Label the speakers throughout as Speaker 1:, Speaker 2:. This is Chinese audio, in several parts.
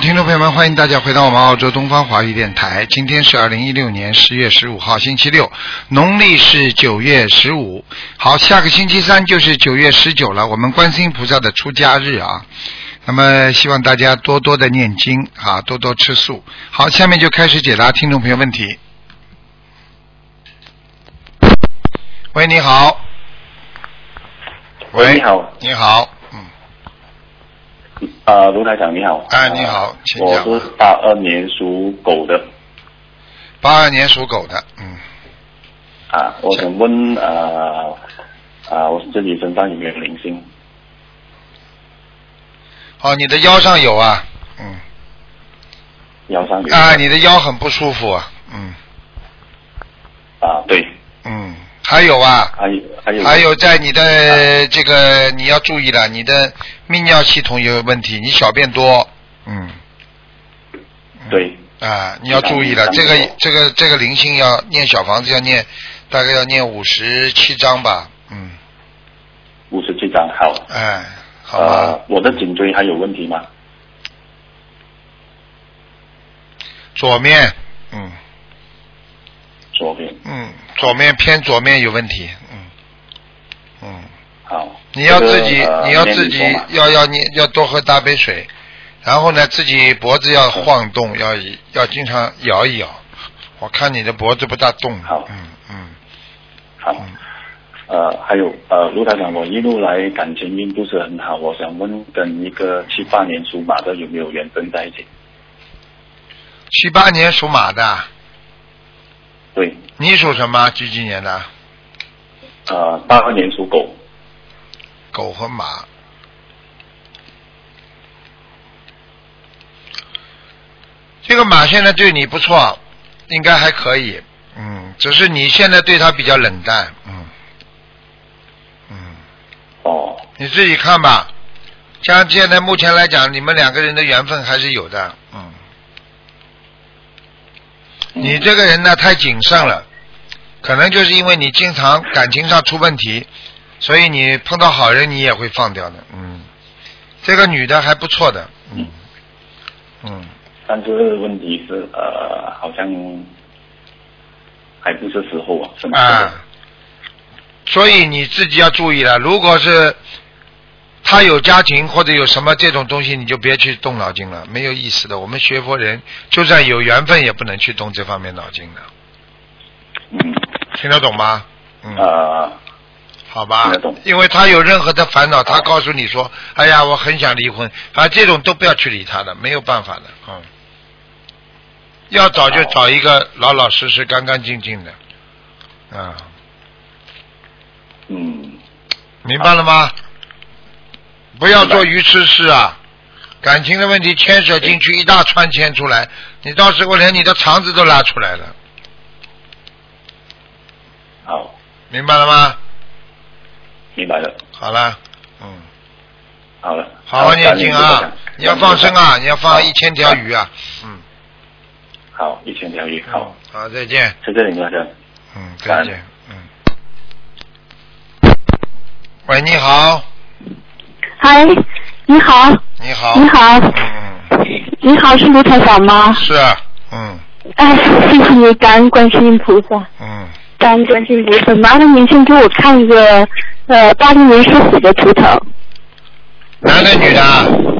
Speaker 1: 听众朋友们，欢迎大家回到我们澳洲东方华语电台。今天是二零一六年十月十五号，星期六，农历是九月十五。好，下个星期三就是九月十九了，我们观世音菩萨的出家日啊。那么希望大家多多的念经啊，多多吃素。好，下面就开始解答听众朋友问题。喂，你好。
Speaker 2: 喂，你好，
Speaker 1: 你好，嗯，
Speaker 2: 啊、卢台长你好。
Speaker 1: 哎你好请
Speaker 2: 我
Speaker 1: 讲
Speaker 2: 是八二年属狗的
Speaker 1: 八二年属狗的，嗯，
Speaker 2: 啊，我想问啊啊，我自己身上有没有灵性？
Speaker 1: 哦，你的腰上有啊，嗯。
Speaker 2: 腰上有
Speaker 1: 啊，你的腰很不舒服啊，嗯
Speaker 2: 啊，对，
Speaker 1: 嗯，还有啊，
Speaker 2: 还有还有
Speaker 1: 还有在你的这个你要注意了，你的泌尿系统有问题，你小便多，嗯
Speaker 2: 对
Speaker 1: 啊，你要注意了，
Speaker 2: 嗯
Speaker 1: 这个
Speaker 2: 嗯
Speaker 1: 这个这个灵性要念小房子要念，大概要念五十七章吧，嗯，
Speaker 2: 五十七张好。
Speaker 1: 哎，好吧
Speaker 2: 呃，，我的颈椎还有问题吗？
Speaker 1: 左面，嗯
Speaker 2: 左边
Speaker 1: 嗯，左面偏左面有问题，嗯嗯。
Speaker 2: 好。
Speaker 1: 你要自己，
Speaker 2: 这个呃
Speaker 1: 你要自己
Speaker 2: 念力说嘛
Speaker 1: 要要你要多喝大杯水，然后呢，自己脖子要晃动，
Speaker 2: 嗯
Speaker 1: 要要经常摇一摇。我看你的脖子不大动。
Speaker 2: 好
Speaker 1: 嗯嗯，
Speaker 2: 好
Speaker 1: 嗯。
Speaker 2: 呃，还有呃，卢台长，我一路来感情运不是很好，我想问跟一个七八年属马的有没有缘分在一起？
Speaker 1: 七八年属马的，
Speaker 2: 对，
Speaker 1: 你属什么？几几年的？
Speaker 2: 呃，八二年属狗，
Speaker 1: 狗和马。这个马现在对你不错，应该还可以，嗯，只是你现在对它比较冷淡，嗯，嗯。
Speaker 2: 哦，
Speaker 1: 你自己看吧。像现在目前来讲，你们两个人的缘分还是有的。嗯，
Speaker 2: 嗯
Speaker 1: 你这个人呢太谨慎了，可能就是因为你经常感情上出问题，所以你碰到好人你也会放掉的。嗯，这个女的还不错的。嗯嗯，
Speaker 2: 但是问题是，呃，好像还不是时候啊，什么时候
Speaker 1: 啊，所以你自己要注意了。如果是他有家庭或者有什么这种东西，你就别去动脑筋了，没有意思的。我们学佛人就算有缘分，也不能去动这方面脑筋的，
Speaker 2: 嗯，
Speaker 1: 听得懂吗？嗯，
Speaker 2: 呃，
Speaker 1: 好吧
Speaker 2: 听得懂，
Speaker 1: 因为他有任何的烦恼，他告诉你说：“哎呀，我很想离婚。”啊，这种都不要去理他的，没有办法的，嗯。要找就找一个老老实实、干干净净的，啊，
Speaker 2: 嗯，
Speaker 1: 明白了吗？不要做愚痴事啊！感情的问题牵扯进去一大串牵出来，你到时候连你的肠子都拉出来了，
Speaker 2: 好，
Speaker 1: 明白了吗？
Speaker 2: 明白了，
Speaker 1: 好了，嗯，
Speaker 2: 好了，
Speaker 1: 好好念经
Speaker 2: 感恩卢台
Speaker 1: 啊
Speaker 2: 长！
Speaker 1: 你要放生啊，你要放
Speaker 2: 好
Speaker 1: 一千条鱼啊，嗯，
Speaker 2: 好，一千条鱼，好，，
Speaker 1: 好，再见，
Speaker 2: 谢谢你，卢台长。
Speaker 1: 嗯，
Speaker 2: 感
Speaker 1: 再
Speaker 2: 恩
Speaker 1: 见，嗯。喂，你好，
Speaker 3: 嗨，哎你好，
Speaker 1: 你好，
Speaker 3: 你好，
Speaker 1: 嗯嗯，
Speaker 3: 你好，是卢台长吗？
Speaker 1: 是啊，嗯
Speaker 3: 哎，谢谢你，感恩观世音菩萨，
Speaker 1: 嗯，
Speaker 3: 感恩观世音菩萨。麻烦您先给我看一个呃八零年属虎的图腾，
Speaker 1: 男的女的？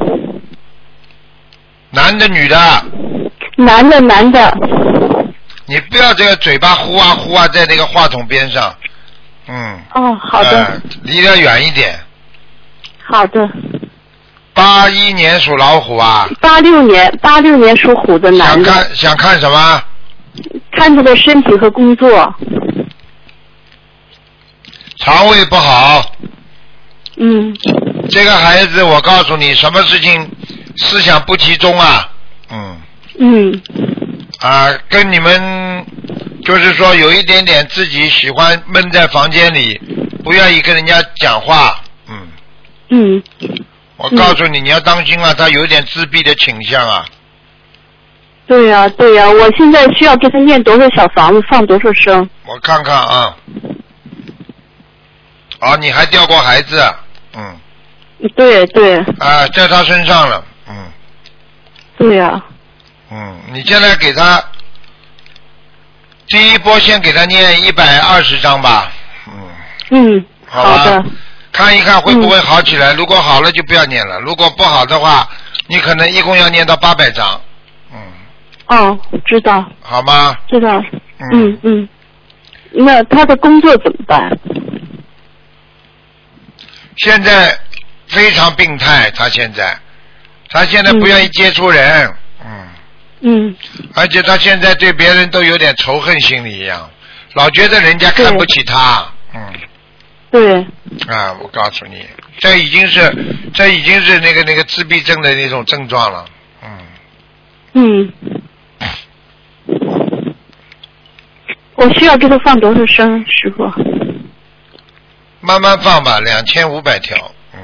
Speaker 1: 男的女的？
Speaker 3: 男的，男的，
Speaker 1: 你不要这个嘴巴呼啊呼啊在那个话筒边上，嗯，
Speaker 3: 哦，好的，
Speaker 1: 呃离得远一点。
Speaker 3: 好的，
Speaker 1: 八一年属老虎啊，
Speaker 3: 八六年八六年属虎的男
Speaker 1: 想
Speaker 3: 的，
Speaker 1: 看想看什么？
Speaker 3: 看他的身体和工作，
Speaker 1: 肠胃不好，
Speaker 3: 嗯，
Speaker 1: 这个孩子我告诉你，什么事情思想不集中啊，嗯
Speaker 3: 嗯，
Speaker 1: 啊，跟你们就是说有一点点自己喜欢闷在房间里，不愿意跟人家讲话，嗯，
Speaker 3: 嗯，
Speaker 1: 我告诉你，你要当心啊，他有点自闭的倾向啊，
Speaker 3: 对呀、对呀、我现在需要给他念多少小房子，放多少声？
Speaker 1: 我看看啊。啊，你还掉过孩子，嗯，
Speaker 3: 对对，
Speaker 1: 啊，在他身上了，嗯，
Speaker 4: 对呀、
Speaker 1: 嗯，你现在给他第一波先给他念一百二十章吧，嗯，
Speaker 4: 嗯，
Speaker 1: 好
Speaker 4: 好
Speaker 1: 吧
Speaker 4: 的，
Speaker 1: 看一看会不会好起来。如果好了就不要念了，如果不好的话，你可能一共要念到八百章，嗯，
Speaker 4: 哦，知道
Speaker 1: 好吗？
Speaker 4: 知道，
Speaker 1: 嗯
Speaker 4: 嗯嗯。那他的工作怎么办？
Speaker 1: 现在非常病态，他现在，他现在不愿意接触人，嗯，
Speaker 4: 嗯，
Speaker 1: 而且他现在对别人都有点仇恨心理一样，老觉得人家看不起他，嗯，
Speaker 4: 对，
Speaker 1: 啊，我告诉你，这已经是这已经是那个那个自闭症的那种症状了，嗯，
Speaker 4: 嗯。我需要给他放多少声，师傅？
Speaker 1: 慢慢放吧，两千五百条，嗯，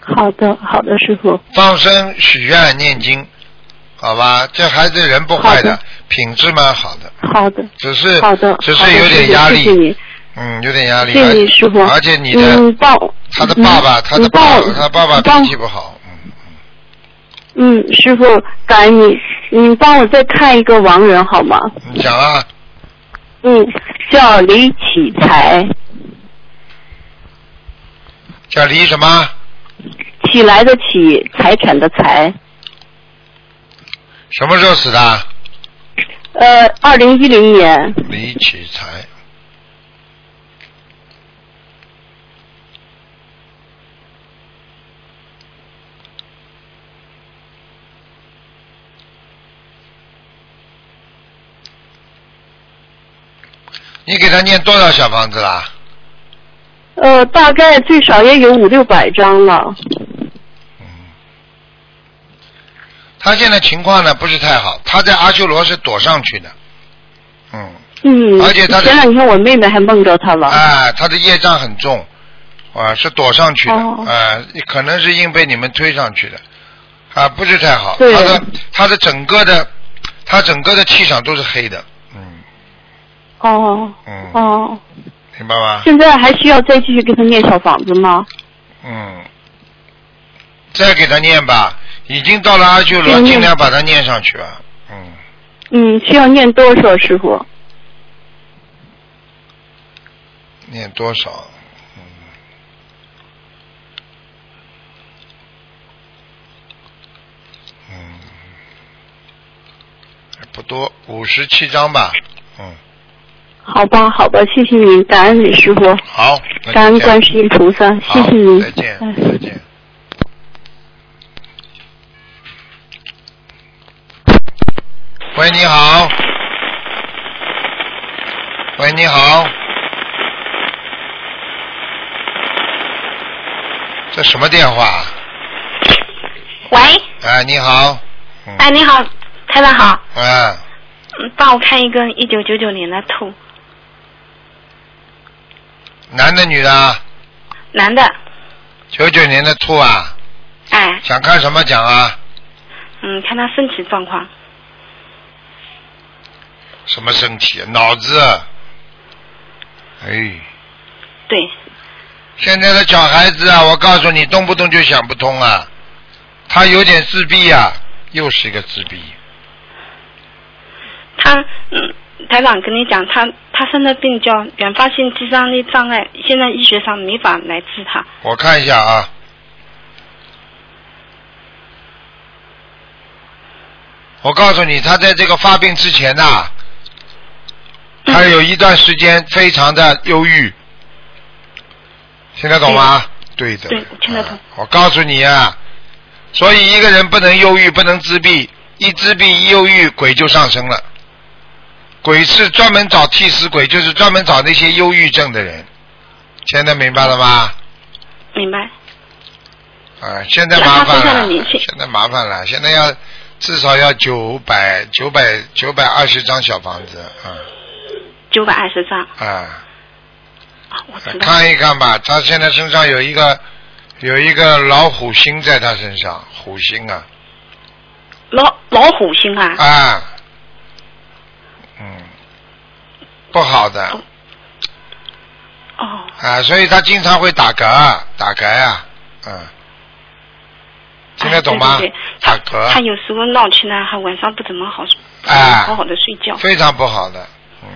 Speaker 4: 好的，好的，师傅。
Speaker 1: 放生、许愿、念经，好吧，这孩子人不坏的，
Speaker 4: 好的
Speaker 1: 品质蛮好的，
Speaker 4: 好的，
Speaker 1: 只是
Speaker 4: 好的，
Speaker 1: 只
Speaker 4: 好的
Speaker 1: 是有
Speaker 4: 师
Speaker 1: 点
Speaker 4: 傅
Speaker 1: 压
Speaker 4: 谢
Speaker 1: 力，
Speaker 4: 谢你，
Speaker 1: 嗯，有点压力，
Speaker 4: 谢谢你，
Speaker 1: 而
Speaker 4: 师傅。
Speaker 1: 而且你的。
Speaker 4: 嗯，帮我
Speaker 1: 他的爸爸，
Speaker 4: 嗯
Speaker 1: 他的
Speaker 4: 你
Speaker 1: 爸
Speaker 4: 帮
Speaker 1: 爸，
Speaker 4: 我
Speaker 1: 他爸爸
Speaker 4: 你帮
Speaker 1: 脾气不好，嗯，
Speaker 4: 嗯，师傅，感恩你，你帮我再看一个亡人好吗？
Speaker 1: 你讲啊，
Speaker 4: 嗯，叫李启才，
Speaker 1: 叫李什么？
Speaker 4: 起来的起，财产的财。
Speaker 1: 什么时候死的？
Speaker 4: 呃，二零一零年，
Speaker 1: 李启才。你给他念多少小房子啦？
Speaker 4: 呃，大概最少也有五六百张了。
Speaker 1: 嗯他现在情况呢不是太好，他在阿修罗是躲上去的，嗯，
Speaker 4: 嗯，
Speaker 1: 而且他的
Speaker 4: 前两天我妹妹还梦着他了。
Speaker 1: 啊，他的业障很重，啊，是躲上去的，
Speaker 4: 哦
Speaker 1: 啊，可能是硬被你们推上去的，啊，不是太好。
Speaker 4: 对
Speaker 1: 他的他的整个的，他整个的气场都是黑的，嗯
Speaker 4: 哦
Speaker 1: 嗯，
Speaker 4: 哦，
Speaker 1: 明白吗？
Speaker 4: 现在还需要再继续给他念小房子吗？
Speaker 1: 嗯，再给他念吧，已经到了阿修罗，
Speaker 4: 嗯
Speaker 1: 尽量把它念上去吧，嗯，
Speaker 4: 嗯，需要念多少，师傅？
Speaker 1: 念多少？嗯，嗯，还不多，五十七章吧。嗯，
Speaker 4: 好吧，好吧，谢谢你，感恩你，师傅，
Speaker 1: 好，那就
Speaker 4: 感恩
Speaker 1: 这样
Speaker 4: 观世音菩萨，谢
Speaker 1: 好，
Speaker 4: 谢你。
Speaker 1: 再见，
Speaker 4: 嗯
Speaker 1: 再见。喂，你好。喂，你好。这什么电话？
Speaker 5: 喂，
Speaker 1: 哎，你好。嗯。
Speaker 5: 哎，你好，台长好，
Speaker 1: 哎，
Speaker 5: 嗯帮我看一个一九九九年的兔，
Speaker 1: 男的女的啊？
Speaker 5: 男的，
Speaker 1: 九九年的兔啊，
Speaker 5: 哎，
Speaker 1: 想看什么讲啊？
Speaker 5: 嗯，看他身体状况，
Speaker 1: 什么身体？脑子。哎。
Speaker 5: 对，
Speaker 1: 现在的小孩子啊，我告诉你，动不动就想不通啊，他有点自闭啊，又是一个自闭。
Speaker 5: 他，嗯，台长跟你讲，他他生的病叫原发性肌张力障碍，现在医学上没法来治他，
Speaker 1: 我看一下啊，我告诉你，他在这个发病之前呐、他有一段时间非常的忧郁，听得懂吗？对的。
Speaker 5: 对听得懂
Speaker 1: 啊我告诉你啊，所以一个人不能忧郁，不能自闭，一自闭一忧郁，鬼就上升了。鬼是专门找替死鬼，就是专门找那些忧郁症的人。现在明白了吧？
Speaker 5: 明白？
Speaker 1: 啊，现在麻
Speaker 5: 那他身上
Speaker 1: 烦
Speaker 5: 的
Speaker 1: 了，
Speaker 5: 灵性
Speaker 1: 现在麻烦了，现在要至少要九百九百九百二十张小房子啊
Speaker 5: 九百二十张，
Speaker 1: 啊，
Speaker 5: 啊我知道，
Speaker 1: 看一看吧，他现在身上有一个有一个老虎星在他身上，虎星啊
Speaker 5: 老老虎星啊，
Speaker 1: 啊，嗯，不好的
Speaker 5: 哦，
Speaker 1: 啊，所以他经常会打嗝，打嗝呀、啊，嗯，听听得懂吗？
Speaker 5: 啊哎对对对他
Speaker 1: 打嗝
Speaker 5: 他有时候闹起来，还晚上不怎么好，
Speaker 1: 哎
Speaker 5: 好好的睡觉。
Speaker 1: 非常不好的，嗯，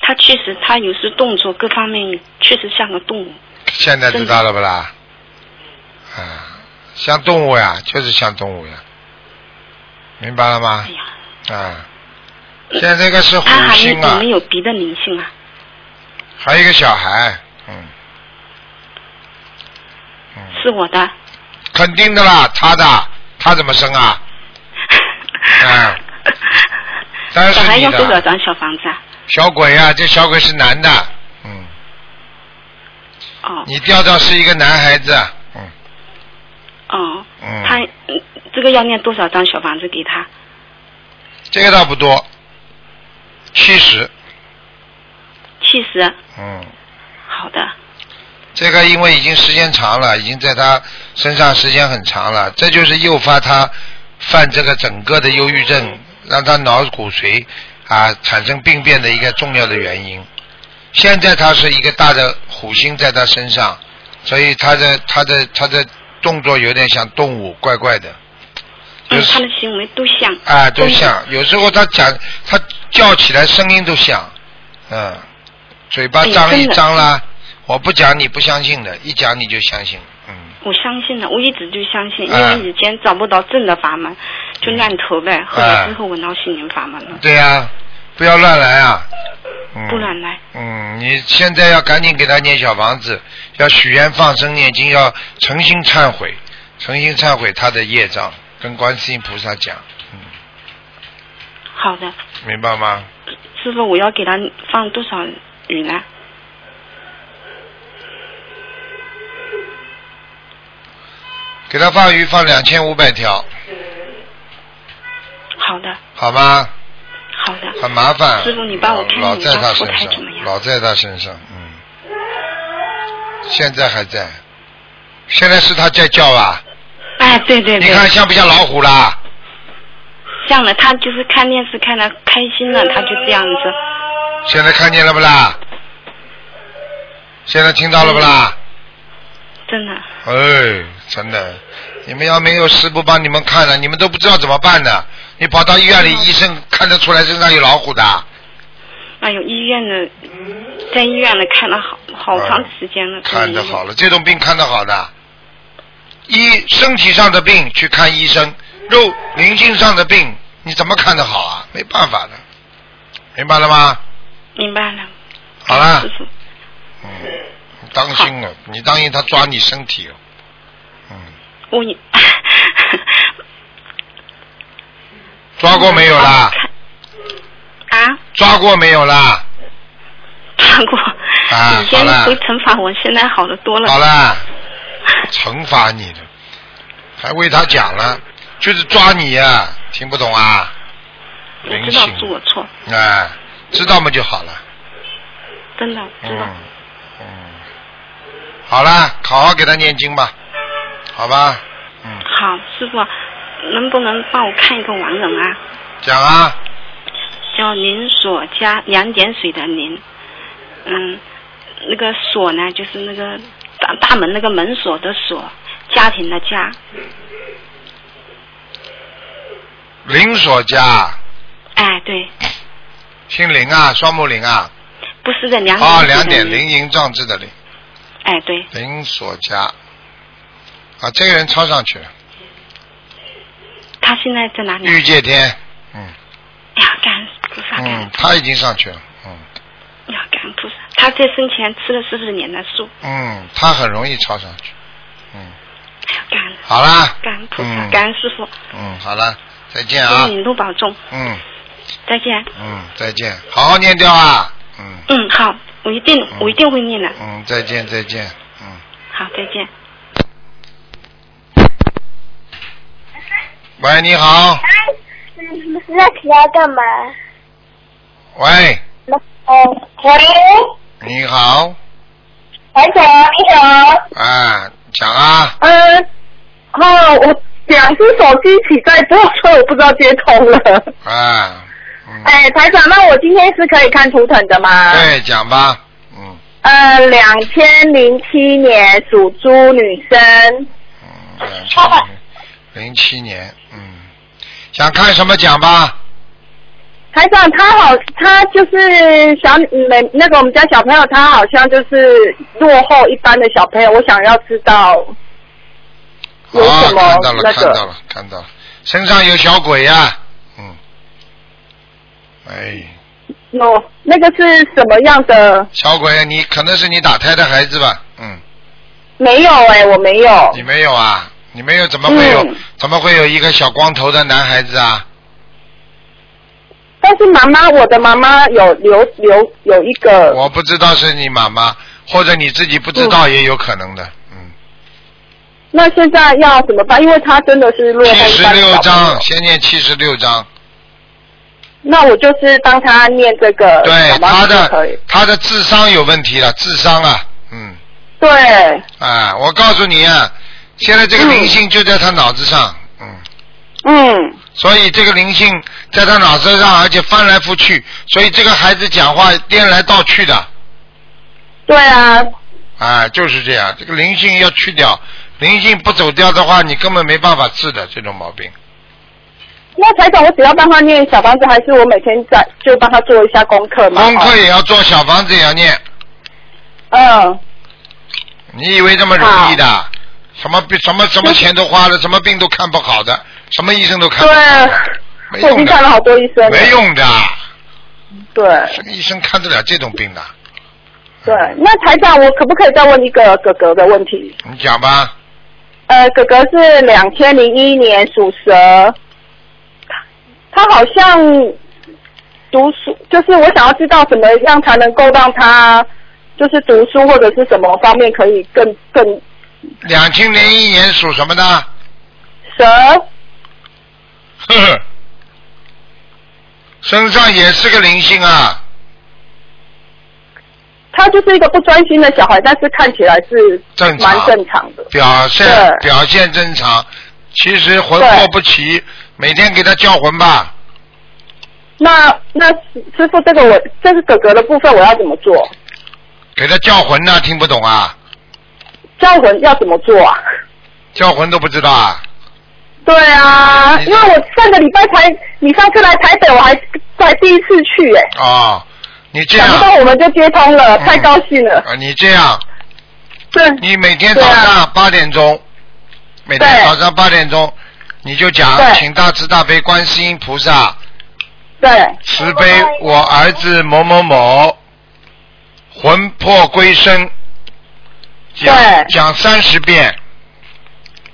Speaker 5: 他确实，他有时动作各方面确实像个动物。
Speaker 1: 现在知道了不啦？啊，像动物呀，就是像动物呀，明白了吗
Speaker 5: 哎？呀，
Speaker 1: 啊，现在这个是
Speaker 5: 他
Speaker 1: 虎
Speaker 5: 还有
Speaker 1: 星
Speaker 5: 有
Speaker 1: 啊
Speaker 5: 没，有别的灵性啊？
Speaker 1: 还有一个小孩，嗯，嗯，
Speaker 5: 是我 的。
Speaker 1: 肯定的啦，他的，他怎么生啊？哎当然是
Speaker 5: 小孩要
Speaker 1: 你的
Speaker 5: 多少张小房子啊？
Speaker 1: 小鬼呀、这小鬼是男的，嗯，
Speaker 5: 哦
Speaker 1: 你调到是一个男孩子，嗯
Speaker 5: 哦，他
Speaker 1: 嗯，
Speaker 5: 嗯这个要念多少张小房子给他？
Speaker 1: 这个倒不多，七十，
Speaker 5: 七十，
Speaker 1: 嗯。
Speaker 5: 好的，
Speaker 1: 这个因为已经时间长了，已经在他身上时间很长了，这就是诱发他犯这个整个的忧郁症，让他脑骨髓啊产生病变的一个重要的原因。现在他是一个大的虎星在他身上，所以他的他的他的动作有点像动物，怪怪的。就
Speaker 5: 嗯，
Speaker 1: 是
Speaker 5: 他的行为都像
Speaker 1: 啊，都像，有时候他讲他叫起来声音都像，嗯，嘴巴
Speaker 5: 哎
Speaker 1: 张一张啦，我不讲你不相信的，一讲你就相信，嗯，
Speaker 5: 我相信了，我一直就相信，因
Speaker 1: 哎
Speaker 5: 为以前找不到正的法门，就乱投
Speaker 1: 啊
Speaker 5: 呗。后来之后我闹心灵法门了，
Speaker 1: 对呀、不要乱来啊，嗯，
Speaker 5: 不乱来。
Speaker 1: 嗯，你现在要赶紧给他念小房子，要许愿放生念经，要诚心忏悔，诚心忏悔他的业障，跟观世音菩萨讲，
Speaker 5: 好的，
Speaker 1: 明白吗？
Speaker 5: 师傅，我要给他放多少啊鱼呢？
Speaker 1: 给他放鱼放两千五百条，
Speaker 5: 好的，
Speaker 1: 好吗？
Speaker 5: 好的，
Speaker 1: 很麻烦。
Speaker 5: 师傅你帮我看
Speaker 1: 老老
Speaker 5: 一
Speaker 1: 在
Speaker 5: 下
Speaker 1: 他
Speaker 5: 佛
Speaker 1: 身
Speaker 5: 台怎么
Speaker 1: 上，
Speaker 5: 样
Speaker 1: 老在他身上，嗯。现在还在，现在是他在叫啊！
Speaker 5: 哎，对对
Speaker 1: 你
Speaker 5: 对，
Speaker 1: 看像不像老虎啦？
Speaker 5: 像了，他就是看电视看的开心了，他就这样子。
Speaker 1: 现在看见了不啦？现在听到了不啦？
Speaker 5: 真的，嗯
Speaker 1: 哎，真的，你们要没有师不帮你们看了，你们都不知道怎么办呢。你跑到医院
Speaker 5: 嗯
Speaker 1: 里，医生看得出来身上有老虎的。
Speaker 5: 哎呦，医院的，在医院里看了好好长时间了。
Speaker 1: 看得
Speaker 5: 在医院
Speaker 1: 好了，这种病看得好的。一身体上的病去看医生，肉灵性上的病你怎么看得好啊？没办法的，明白了吗？
Speaker 5: 明白了。
Speaker 1: 好了
Speaker 5: 师，傅，
Speaker 1: 嗯，你当心了，你当心他抓你身体了，嗯，
Speaker 5: 我 也
Speaker 1: 抓过没有啦？
Speaker 5: 啊，
Speaker 1: 抓过没有啦？
Speaker 5: 看过。
Speaker 1: 啊
Speaker 5: 以前
Speaker 1: 好了
Speaker 5: 会惩罚我，现在好的多了。
Speaker 1: 好了，惩罚你了，还为他讲了，就是抓你呀、听不懂啊？
Speaker 5: 我
Speaker 1: 灵
Speaker 5: 知道
Speaker 1: 性
Speaker 5: 是我错，
Speaker 1: 哎，知道嘛就好了。
Speaker 5: 真的知道
Speaker 1: 嗯。，嗯，好啦，好好给他念经吧，好吧，嗯，
Speaker 5: 好，师傅，能不能帮我看一个亡人啊？
Speaker 1: 讲啊，
Speaker 5: 叫林所加两点水的林，嗯，那个所呢，就是那个大大门那个门锁的锁，家庭的家，
Speaker 1: 林所家，
Speaker 5: 哎，对，
Speaker 1: 姓林啊，双木林啊，
Speaker 5: 不是的两点
Speaker 1: 哦，
Speaker 5: 水的
Speaker 1: 两点，零银壮志的林，
Speaker 5: 哎，对，
Speaker 1: 林所家，啊，这个人抄上去了，
Speaker 5: 他现在在哪里？
Speaker 1: 玉界天，嗯
Speaker 5: 哎呀，感恩菩萨，感
Speaker 1: 嗯
Speaker 5: 恩，
Speaker 1: 他已经上去了，嗯
Speaker 5: 哎呀，感恩菩萨。他在生前吃了四十年的素，
Speaker 1: 嗯，他很容易抄上去，嗯，
Speaker 5: 哎呀，感恩，
Speaker 1: 好啦，
Speaker 5: 感恩菩萨，
Speaker 1: 嗯
Speaker 5: 感恩师傅，
Speaker 1: 嗯，好啦，再见
Speaker 5: 祝
Speaker 1: 啊，
Speaker 5: 你路保重，
Speaker 1: 嗯
Speaker 5: 再见。
Speaker 1: 嗯，再见，好好念掉啊，嗯
Speaker 5: 嗯，好，我一定，
Speaker 1: 嗯
Speaker 5: 我一定会念的。
Speaker 1: 嗯，再见再见，嗯。
Speaker 5: 好，再见。
Speaker 1: 喂，你好，
Speaker 4: 嗯那是要干嘛？
Speaker 1: 喂，
Speaker 4: 那哦，喂，
Speaker 1: 你好，
Speaker 4: 台长你好，
Speaker 1: 啊，讲啊，
Speaker 4: 嗯，哦，我两只手机一起在播，所以我不知道接通了。
Speaker 1: 啊，嗯，
Speaker 4: 哎，台长，那我今天是可以看图腾的吗？。
Speaker 1: 对，讲吧，嗯，
Speaker 4: 呃，两千零七年属猪女生，
Speaker 1: 嗯，两千零零七年，嗯，想看什么讲吧？
Speaker 4: 台长，他好，他就是小每那个我们家小朋友，他好像就是落后一般的小朋友。我想要知道有
Speaker 1: 啊，
Speaker 4: 什么
Speaker 1: 看到了，
Speaker 4: 那
Speaker 1: 看到
Speaker 4: 个
Speaker 1: 了，看到了，身上有小鬼呀、嗯，哎，
Speaker 4: 有那个是什么样的？
Speaker 1: 小鬼，你可能是你打胎的孩子吧？嗯，
Speaker 4: 没有哎、我没有。
Speaker 1: 你没有啊？你没有，怎么会有？
Speaker 4: 嗯
Speaker 1: 怎么会有一个小光头的男孩子啊？
Speaker 4: 但是妈妈，我的妈妈有留留有一个
Speaker 1: 我不知道是你妈妈，或者你自己不知道也有可能的。嗯，
Speaker 4: 那现在要怎么办？因为他真的是落
Speaker 1: 七
Speaker 4: 后一
Speaker 1: 十
Speaker 4: 般的
Speaker 1: 六
Speaker 4: 小朋
Speaker 1: 章，
Speaker 4: 友。
Speaker 1: 先念七十六章。
Speaker 4: 那我就是帮他念这个
Speaker 1: 对
Speaker 4: 呃
Speaker 1: 他
Speaker 4: 小，房子就可以
Speaker 1: 的。他的智商有问题了，智商啊，嗯，
Speaker 4: 对，
Speaker 1: 啊，我告诉你啊，现在这个
Speaker 4: 嗯
Speaker 1: 灵性就在他脑子上，嗯，
Speaker 4: 嗯，
Speaker 1: 所以这个灵性在他脑子上，而且翻来覆去，所以这个孩子讲话颠来倒去的，
Speaker 4: 对啊，
Speaker 1: 啊，就是这样，这个灵性要去掉，灵性不走掉的话，你根本没办法治的这种毛病。
Speaker 4: 那台长，我只要帮他念小房子，还是我每天在就帮他做一下功课嘛？
Speaker 1: 功课也要做，小房子也要念，
Speaker 4: 哦。
Speaker 1: 你以为这么容易的？
Speaker 4: 啊
Speaker 1: 什么病什么什么钱都花了，什么病都看不好的，什么医生都看不好的，没
Speaker 4: 嗯，我已
Speaker 1: 用
Speaker 4: 经
Speaker 1: 的
Speaker 4: 看了好多医生了。
Speaker 1: 没。用的，
Speaker 4: 对
Speaker 1: 这个医生看得了这种病的？
Speaker 4: 对，那台长，我可不可以再问一个哥哥的问题？
Speaker 1: 你讲吧，
Speaker 4: 呃，哥哥是两千零一年属蛇，他好像读书，就是我想要知道怎么样才能够让他就是读书或者是什么方面可以更更
Speaker 1: 两千零一年属什么的？
Speaker 4: 蛇
Speaker 1: 呵呵，身上也是个灵性啊，
Speaker 4: 他就是一个不专心的小孩，但是看起来是
Speaker 1: 正常
Speaker 4: 蛮正常的。
Speaker 1: 表现
Speaker 4: 对
Speaker 1: 表现正常，其实魂
Speaker 4: 对
Speaker 1: 魄不齐，每天给他叫魂吧。
Speaker 4: 那那师师傅，这个我这个哥哥的部分我要怎么做？
Speaker 1: 给他叫魂呢、听不懂啊？
Speaker 4: 教魂要怎么做啊？
Speaker 1: 叫魂都不知道啊？
Speaker 4: 对啊，
Speaker 1: 你
Speaker 4: 因为我上个礼拜才，你上次来台北，我还才第一次去哎、
Speaker 1: 哦，你这
Speaker 4: 想
Speaker 1: 样
Speaker 4: 不到我们就接通了，
Speaker 1: 嗯
Speaker 4: 太高兴了。
Speaker 1: 啊？你这样，
Speaker 4: 对，
Speaker 1: 你每天早
Speaker 4: 对啊
Speaker 1: 上八点钟，每天
Speaker 4: 对
Speaker 1: 早上八点钟，你就讲，
Speaker 4: 对
Speaker 1: 请大慈大悲观世音菩萨
Speaker 4: 对，
Speaker 1: 慈悲我儿子某某某魂魄归生，讲
Speaker 4: 对
Speaker 1: 讲三十遍，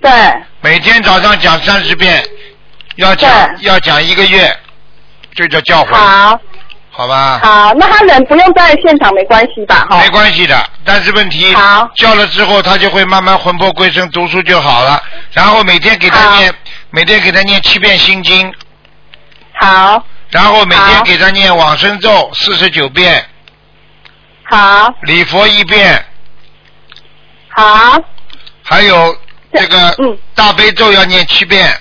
Speaker 4: 对，
Speaker 1: 每天早上讲三十遍，要讲
Speaker 4: 对
Speaker 1: 要讲一个月，这叫教诲，
Speaker 4: 好，
Speaker 1: 好吧？
Speaker 4: 好，那他人不用在现场，没关系吧？哈
Speaker 1: 没，关系的，但是问题
Speaker 4: 好
Speaker 1: 教了之后，他就会慢慢魂魄归生，读书就好了。然后每天给他
Speaker 4: 好
Speaker 1: 念，每天给他念七遍心经，
Speaker 4: 好，
Speaker 1: 然后每天
Speaker 4: 好
Speaker 1: 给他念往生咒四十九遍，
Speaker 4: 好，
Speaker 1: 礼佛一遍，
Speaker 4: 好，
Speaker 1: 还有这个
Speaker 4: 嗯
Speaker 1: 大悲咒要念七遍。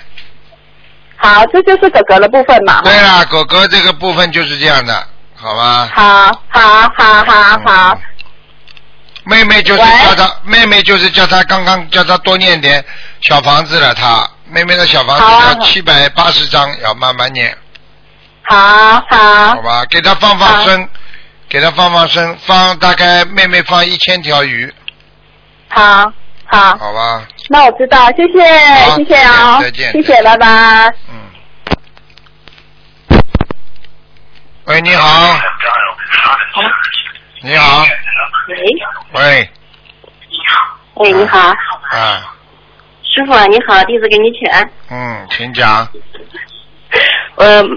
Speaker 4: 好，这就是哥哥的部分嘛。
Speaker 1: 对啦，狗狗这个部分就是这样的，好吧？
Speaker 4: 好，好，好，好，好
Speaker 1: 嗯，妹妹就是
Speaker 4: 喂
Speaker 1: 叫她，妹妹就是叫她刚刚叫她多念点小房子了，她妹妹的小房
Speaker 4: 好啊
Speaker 1: 子要七百八十张，要慢慢念，
Speaker 4: 好，好
Speaker 1: 好，吧？给她放放
Speaker 4: 好
Speaker 1: 生，给她放放生，放大概妹妹放一千条鱼，
Speaker 4: 好，好，
Speaker 1: 好吧？
Speaker 4: 那我知道，谢谢，
Speaker 1: 好
Speaker 4: 谢谢啊、
Speaker 1: 再见再见
Speaker 4: 谢谢，拜拜。
Speaker 1: 嗯。喂，你好，你好，
Speaker 6: 喂，
Speaker 1: 喂，
Speaker 6: 喂，你好，
Speaker 1: 啊，
Speaker 6: 师傅啊，你好，弟子给你请安。
Speaker 1: 嗯，请讲，
Speaker 6: 我嗯，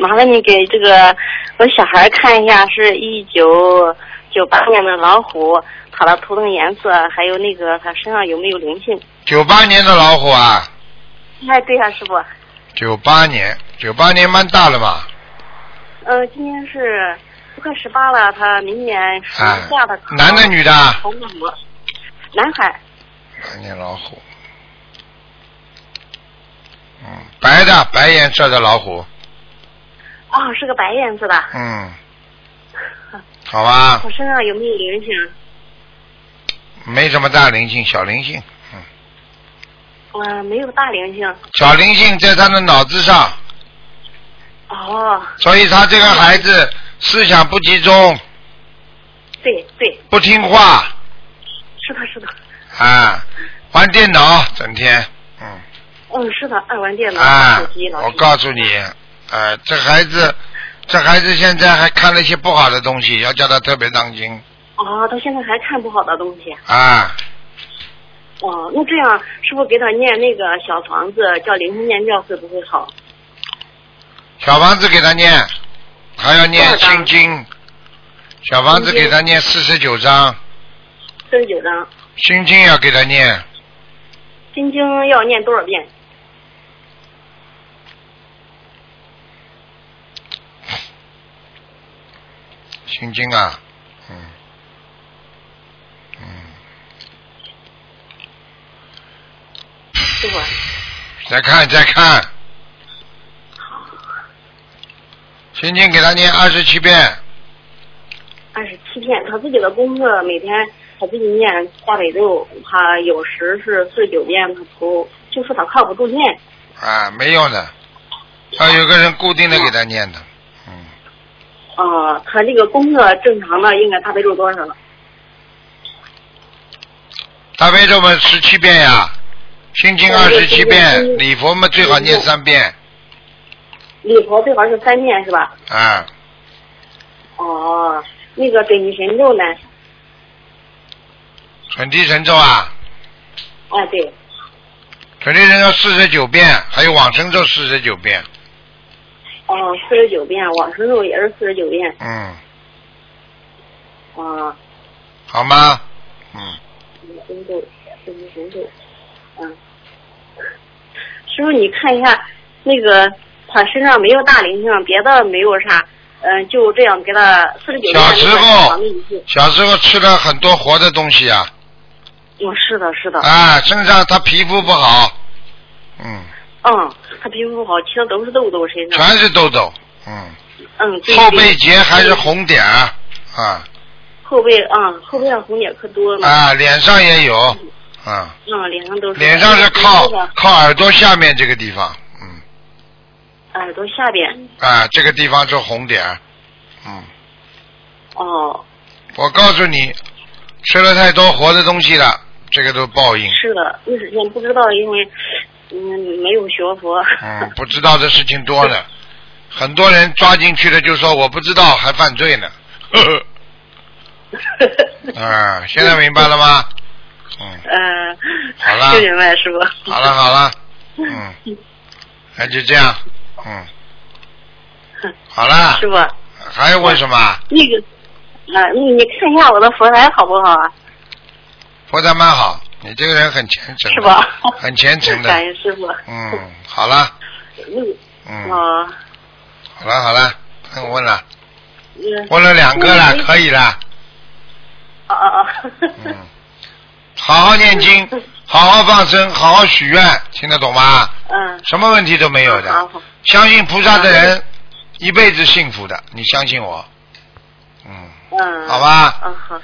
Speaker 6: 麻烦你给这个我小孩儿看一下，是一九九八年的老虎，它的图腾颜色，还有那个它身上有没有灵性？
Speaker 1: 九八年的老虎啊，
Speaker 6: 哎，对呀、师傅，
Speaker 1: 九八年，九八年蛮大了嘛，
Speaker 6: 呃，今年是都快十八了，他明年暑
Speaker 1: 啊
Speaker 6: 假的、，
Speaker 1: 男的女的啊？
Speaker 6: 红的我，男孩，
Speaker 1: 白年老虎，嗯，白的白颜色的老虎，
Speaker 6: 哦，是个白颜色的，
Speaker 1: 嗯，好吧
Speaker 6: 我，身上有没有灵性？
Speaker 1: 没什么大灵性，小灵性，嗯，
Speaker 6: 哦，嗯，没有大灵性。
Speaker 1: 小灵性在他的脑子上，
Speaker 6: 哦，
Speaker 1: 所以他这个孩子思想不集中，
Speaker 6: 对对，
Speaker 1: 不听话
Speaker 6: 是的，是的，
Speaker 1: 啊，玩电脑整天，嗯。
Speaker 6: 嗯，是的，爱玩电脑、
Speaker 1: 啊
Speaker 6: 玩手机，，老
Speaker 1: 我
Speaker 6: 是
Speaker 1: 告诉你，呃，这孩子，这孩子现在还看了一些不好的东西，要叫他特别当心
Speaker 6: 哦，他现在还看不好的东西。
Speaker 1: 啊。
Speaker 6: 哦，那这样是不是给他念那个小房子叫灵性念教会不会好？
Speaker 1: 小房子给他念，还要念
Speaker 6: 多少
Speaker 1: 心
Speaker 6: 张
Speaker 1: 经，小房子
Speaker 6: 心经
Speaker 1: 给他念四十九章，
Speaker 6: 四十九章，
Speaker 1: 心经要给他念，
Speaker 6: 心经要念多少遍？
Speaker 1: 心经啊，嗯，嗯，
Speaker 6: 师傅，
Speaker 1: 再看再看，心经给他念二十七遍，
Speaker 6: 二十七遍，他自己的功课每天他自己念大悲咒，他有时是四十九遍，他头就说他靠不住念。
Speaker 1: 啊，没用的，要有个人固定的给他念的，嗯，
Speaker 6: 呃，他这个功课正常的应该大悲咒多少了？
Speaker 1: 大悲咒嘛十七遍呀，心经二十七
Speaker 6: 对对
Speaker 1: 遍，
Speaker 6: 对
Speaker 1: 礼佛嘛最好念三遍，
Speaker 6: 礼佛最好是三遍是吧？
Speaker 1: 啊，
Speaker 6: 哦，那个准提神咒呢？
Speaker 1: 准提神咒啊，
Speaker 6: 哎，对，
Speaker 1: 准提神咒四十九遍，还有往生咒四十九遍，
Speaker 6: 哦，四十九遍，往生咒也是四十九遍。
Speaker 1: 嗯，
Speaker 6: 啊，
Speaker 1: 好吗？嗯，
Speaker 6: 神咒，准提神咒，嗯。师傅，你看一下那个他身上没有大灵性，别的没有啥，嗯、就这样给他四十九遍
Speaker 1: 小时候
Speaker 6: 房子一次。
Speaker 1: 小时候吃了很多活的东西啊，
Speaker 6: 嗯，是的，是的，
Speaker 1: 啊，身上他皮肤不好，嗯，
Speaker 6: 嗯，他皮肤不好，其他都是痘痘身上，
Speaker 1: 全是痘痘，嗯，
Speaker 6: 嗯，对
Speaker 1: 后
Speaker 6: 对
Speaker 1: 背结还是红点儿，啊
Speaker 6: 后背啊、嗯，后背上红点可多了，
Speaker 1: 啊，脸上也有，啊。
Speaker 6: 嗯，脸上都是，
Speaker 1: 脸上是靠
Speaker 6: 那个
Speaker 1: 靠耳朵下面这个地方，嗯，
Speaker 6: 耳朵下边，
Speaker 1: 啊，这个地方是红点儿，嗯，
Speaker 6: 哦，
Speaker 1: 我告诉你，吃了太多活的东西了，这个都报应，
Speaker 6: 是的，那之前不知道，因为嗯没有学佛，
Speaker 1: 嗯，不知道的事情多了，很多人抓进去了就说我不知道还犯罪呢， 呵呵，啊，现在明白了吗？嗯，
Speaker 6: 嗯，
Speaker 1: 好啦
Speaker 6: 就明白师傅。
Speaker 1: 好了好了，嗯，那就这样，嗯，好了
Speaker 6: 师，傅，
Speaker 1: 还要问什么啊？
Speaker 6: 那个，啊、你你看一下我的佛台好不好啊？
Speaker 1: 佛台蛮好，你这个人很虔诚的，
Speaker 6: 是吧？
Speaker 1: 很虔诚的
Speaker 6: 感恩师傅。
Speaker 1: 嗯，好了，
Speaker 6: 嗯。
Speaker 1: 嗯，
Speaker 6: 哦，
Speaker 1: 好了好了，不用问了，
Speaker 6: 嗯。
Speaker 1: 问了两个了
Speaker 6: 那，你
Speaker 1: 可以了，
Speaker 6: 哦哦
Speaker 1: 嗯
Speaker 6: 哦。，
Speaker 1: 好好念经，好好放生，好好许愿，听得懂吗？
Speaker 6: 嗯。
Speaker 1: 什么问题都没有
Speaker 6: 好
Speaker 1: 的
Speaker 6: 好，
Speaker 1: 相信菩萨的人一辈子幸福的，你相信我，嗯，
Speaker 6: 嗯。
Speaker 1: 好。吧，
Speaker 6: 嗯好。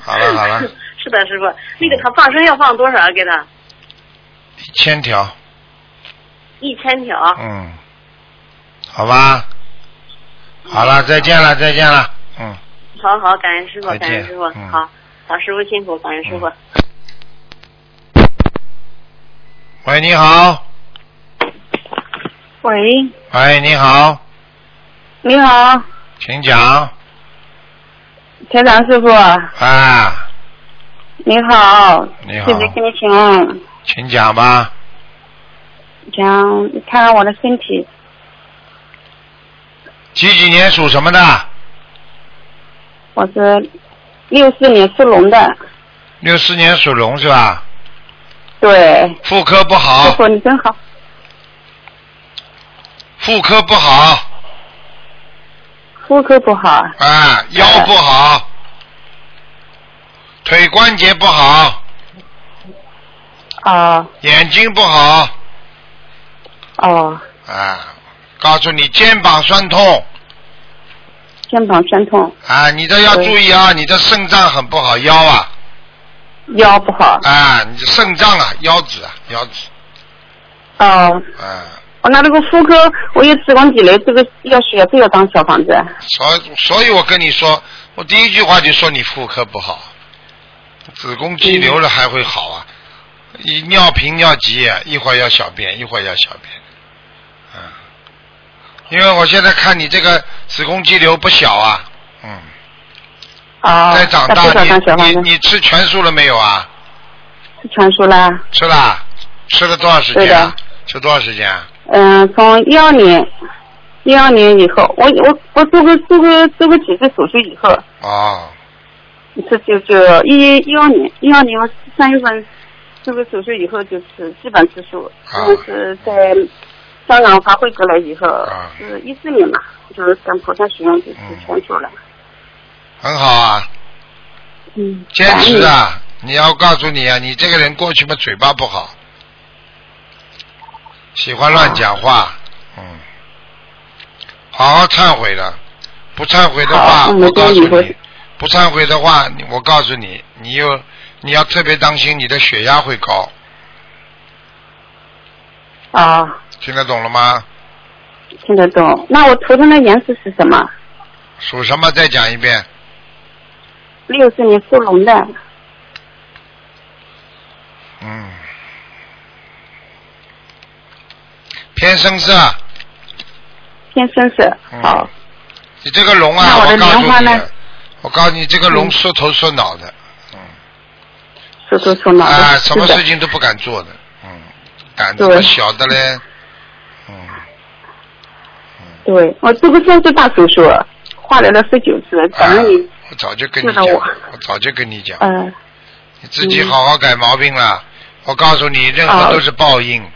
Speaker 1: 好了好了。 嗯
Speaker 6: 是的，师傅，那个他放生要放多少啊给他？
Speaker 1: 一千条，
Speaker 6: 一千条。
Speaker 1: 嗯，好吧，好了，再见了再见了，嗯。
Speaker 6: 好好，感恩师傅，
Speaker 1: 再
Speaker 6: 感恩
Speaker 1: 见
Speaker 6: 师傅，
Speaker 1: 嗯
Speaker 6: 好，好师傅辛苦，感恩师傅。
Speaker 1: 嗯喂，你好。
Speaker 3: 喂，
Speaker 1: 喂，你好，
Speaker 3: 你好，
Speaker 1: 请讲。
Speaker 3: 台长师傅，
Speaker 1: 啊，
Speaker 3: 你好，
Speaker 1: 你好
Speaker 3: 这，边给你请安
Speaker 1: 请讲吧。
Speaker 3: 讲看看我的身体，
Speaker 1: 几几年属什么的？
Speaker 3: 我是六四年属龙的，
Speaker 1: 六四年属龙是吧？
Speaker 3: 对，
Speaker 1: 妇科不
Speaker 3: 师
Speaker 1: 好，
Speaker 3: 傅你真好，
Speaker 1: 妇科不好，
Speaker 3: 妇科不好，
Speaker 1: 啊，腰不好，腿关节不好，
Speaker 3: 哦
Speaker 1: 眼睛不好，
Speaker 3: 哦，
Speaker 1: 啊，告诉你肩膀酸痛，
Speaker 3: 肩膀酸痛，
Speaker 1: 啊，你的要注意啊，你的肾脏很不好，腰啊，
Speaker 4: 腰不好。
Speaker 1: 啊，你肾脏啊，腰子啊，腰子
Speaker 4: 哦，
Speaker 1: 啊，
Speaker 4: 哦，那这个妇科我有子宫肌瘤，这个要需要不要当小房子？
Speaker 1: 所所以，我跟你说，我第一句话就说你妇科不好，子宫肌瘤了还会好啊？一尿频尿急，啊一会儿要小便，一会儿要小便，嗯，因为我现在看你这个子宫肌瘤不小啊，嗯，
Speaker 4: 哦，
Speaker 1: 在长
Speaker 4: 那
Speaker 1: 大
Speaker 4: 多，少张小
Speaker 1: 你
Speaker 4: 房
Speaker 1: 你
Speaker 4: 子？
Speaker 1: 你吃全素了没有啊？
Speaker 4: 是全素啦，
Speaker 1: 吃啦？吃了多少时间啊？吃多少时间啊？
Speaker 4: 嗯、从一二年，一二年以后，我我我做过做过做过几次手术以后，
Speaker 1: 哦，
Speaker 4: 这就就一一二年，一二年我三月份做过手术以后，就是基本吃素，
Speaker 1: 啊
Speaker 4: 就是在香港发挥过来以后
Speaker 1: 啊，嗯
Speaker 4: 是一四年嘛，就是跟菩萨许愿就吃全素了。
Speaker 1: 很好啊，
Speaker 4: 嗯，
Speaker 1: 坚持啊！你要告诉你啊，你这个人过去嘛嘴巴不好，喜欢乱讲
Speaker 4: 啊
Speaker 1: 话，嗯，好好忏悔了。不忏悔的话，
Speaker 4: 好嗯
Speaker 1: 我
Speaker 4: 我
Speaker 1: 告
Speaker 4: 跟你
Speaker 1: 诉
Speaker 4: 说
Speaker 1: 你，不忏悔的话，你我告诉你，你又你要特别当心，你的血压会高，
Speaker 4: 啊，
Speaker 1: 听得懂了吗？
Speaker 4: 听得懂。那我头上的颜色是什么？
Speaker 1: 属什么？再讲一遍。
Speaker 4: 六十年属龙的，
Speaker 1: 嗯，偏深色。
Speaker 4: 偏深色。啊
Speaker 1: 嗯
Speaker 4: 好，
Speaker 1: 你这个龙啊，
Speaker 4: 那我的
Speaker 1: 告
Speaker 4: 莲花
Speaker 1: 诉你
Speaker 4: 呢嗯
Speaker 1: 啊，我告诉你，这个龙缩头缩脑的，
Speaker 4: 手术手脑
Speaker 1: 啊，
Speaker 4: 的，
Speaker 1: 什么
Speaker 4: 是
Speaker 1: 事
Speaker 4: 的。
Speaker 1: 情都不敢做的，嗯，胆子
Speaker 4: 对
Speaker 1: 不小的嘞，嗯，
Speaker 4: 对，我做过三次大手术，化疗了十九次，反
Speaker 1: 啊
Speaker 4: 正你，
Speaker 1: 我早就跟你
Speaker 4: 是
Speaker 1: 讲，
Speaker 4: 的我
Speaker 1: 我早就跟你讲，
Speaker 4: 呃，
Speaker 1: 你自己好好改毛病了。我告诉你，任何
Speaker 4: 好
Speaker 1: 都是报应，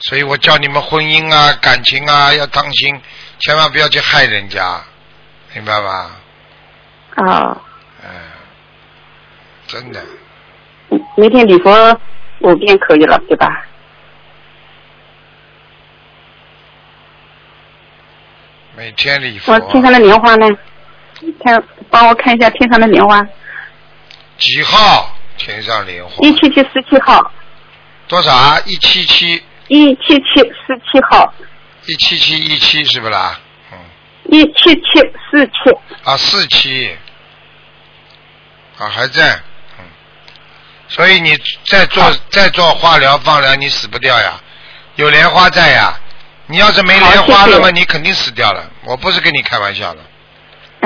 Speaker 1: 所以我叫你们婚姻啊、感情啊要当心，千万不要去害人家，明白吧？
Speaker 4: 啊，
Speaker 1: 嗯，真的，
Speaker 4: 每嗯天礼佛五遍可以了，对吧？
Speaker 1: 每天礼佛
Speaker 4: 我天上的莲花呢？看，帮我看一下天上的莲花，
Speaker 1: 几号？天上莲花
Speaker 4: 一七七十七号，
Speaker 1: 多少啊？一七七
Speaker 4: 一七七十七号，
Speaker 1: 一七七一七是不啦？嗯，
Speaker 4: 一七七四七，
Speaker 1: 啊四七，啊还在，嗯，所以你再做再做化疗放疗，你死不掉呀，有莲花在呀。你要是没莲花
Speaker 4: 好谢谢
Speaker 1: 了嘛，你肯定死掉了。我不是跟你开玩笑的，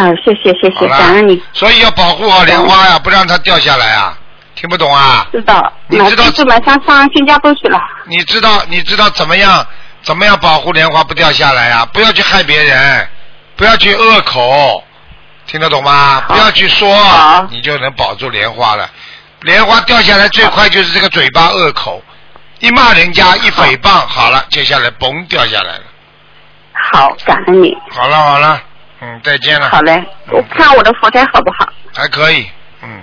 Speaker 4: 啊，谢谢谢
Speaker 1: 好
Speaker 4: 谢，感恩
Speaker 1: 啦
Speaker 4: 你，。
Speaker 1: 所以要保护好莲花呀，不让它掉下来啊。听不懂啊？
Speaker 4: 知道，
Speaker 1: 你
Speaker 4: 马
Speaker 1: 知道
Speaker 4: 上就马上上新加坡去了。
Speaker 1: 你知道你知道怎么样怎么样保护莲花不掉下来啊？不要去害别人，不要去恶口，听得懂吗？
Speaker 4: 好
Speaker 1: 不要去说
Speaker 4: 好，
Speaker 1: 你就能保住莲花了。莲花掉下来最快就是这个嘴巴恶口，一骂人家一诽谤，好了，接下来嘣掉下来了。
Speaker 4: 好，感恩你。
Speaker 1: 好了好了，嗯，再见了。
Speaker 4: 好嘞，我看我的佛台好不好？
Speaker 1: 还可以，嗯，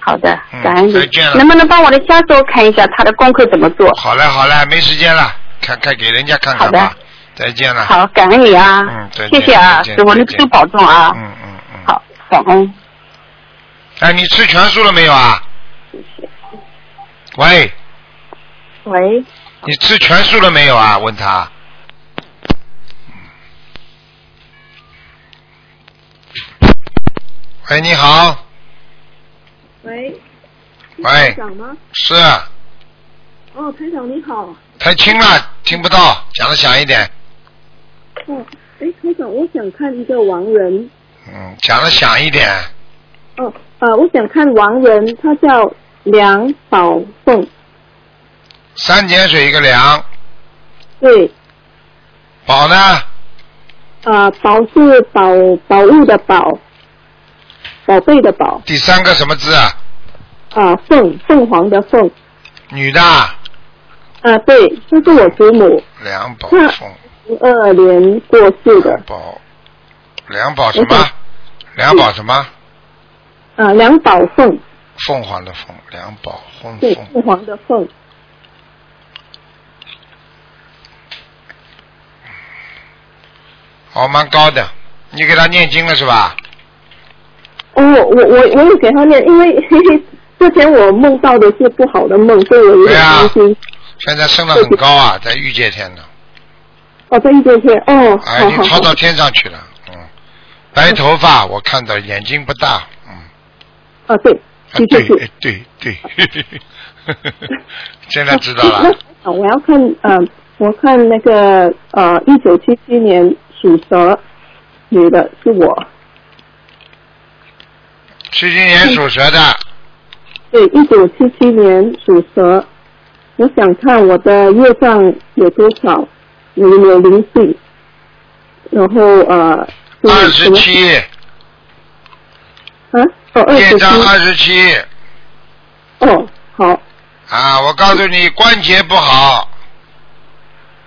Speaker 4: 好的
Speaker 1: 嗯，
Speaker 4: 感恩你
Speaker 1: 再见了。
Speaker 4: 能不能帮我的家属看一下他的功课怎么做？
Speaker 1: 好嘞好嘞，没时间了，看看给人家看看
Speaker 4: 好的
Speaker 1: 吧。再见了。
Speaker 4: 好，感恩你啊
Speaker 1: 嗯，再见
Speaker 4: 谢谢啊，
Speaker 1: 再见
Speaker 4: 师傅，你
Speaker 1: 再见
Speaker 4: 多保重啊。
Speaker 1: 嗯嗯嗯。
Speaker 4: 好，感恩。
Speaker 1: 哎，你吃全素了没有啊？喂，
Speaker 4: 喂，
Speaker 1: 你吃全素了没有啊？问他。喂，你好。
Speaker 7: 喂，
Speaker 1: 喂哎
Speaker 7: 台，长吗？
Speaker 1: 是
Speaker 7: 哦，台长你好。
Speaker 1: 太轻了，听不到，讲的响一点。
Speaker 7: 哦，哎，台长，我想看一个亡人。
Speaker 1: 嗯，讲的响一点。
Speaker 7: 哦，呃，我想看亡人，他叫梁宝凤。
Speaker 1: 三点水一个梁，
Speaker 7: 对，
Speaker 1: 宝呢？
Speaker 7: 呃，宝是宝宝物的宝，宝贝的宝，
Speaker 1: 第三个什么字？啊？
Speaker 7: 啊、凤凤凰的凤。
Speaker 1: 女的啊，
Speaker 7: 啊、对，这是我祖母，
Speaker 1: 梁宝
Speaker 7: 那
Speaker 1: 凤，
Speaker 7: 零二年过世的
Speaker 1: 梁。宝，梁宝什
Speaker 7: 我
Speaker 1: 么
Speaker 7: 想？
Speaker 1: 梁宝什么？
Speaker 7: 啊、梁宝凤，
Speaker 1: 凤凰的凤，梁宝凤
Speaker 7: 对，
Speaker 1: 凤，
Speaker 7: 凤凰的凤。
Speaker 1: 哦，蛮高的。你给他念经了是吧？
Speaker 7: 哦，我我我有给他念，因为嘿嘿，之前我梦到的是不好的梦，所以我有
Speaker 1: 对
Speaker 7: 点
Speaker 1: 啊
Speaker 7: 担心。
Speaker 1: 现在升得很高啊，在御界天呢，
Speaker 7: 哦，在一天天，哦，
Speaker 1: 哎，
Speaker 7: 好
Speaker 1: 你
Speaker 7: 好
Speaker 1: 超
Speaker 7: 好，
Speaker 1: 到天上去了，嗯，白头发我看到，眼睛不大，嗯，
Speaker 7: 啊对，
Speaker 1: 啊
Speaker 7: 的确
Speaker 1: 对
Speaker 7: 是。
Speaker 1: 哎对对， 现在知道
Speaker 7: 那
Speaker 1: 了，
Speaker 7: 啊，我要看呃，我看那个呃，一九七七年属蛇女的是我，
Speaker 1: 七今年属蛇的，
Speaker 7: 对，一九七七年属蛇，我想看我的业障有多少，有没有灵性，然后呃，是
Speaker 1: 二十
Speaker 7: 什么
Speaker 1: 七，
Speaker 7: 啊，哦二
Speaker 1: 业
Speaker 7: 十七
Speaker 1: 障二十七，
Speaker 7: 哦好
Speaker 1: 啊，我告诉你，关节不好，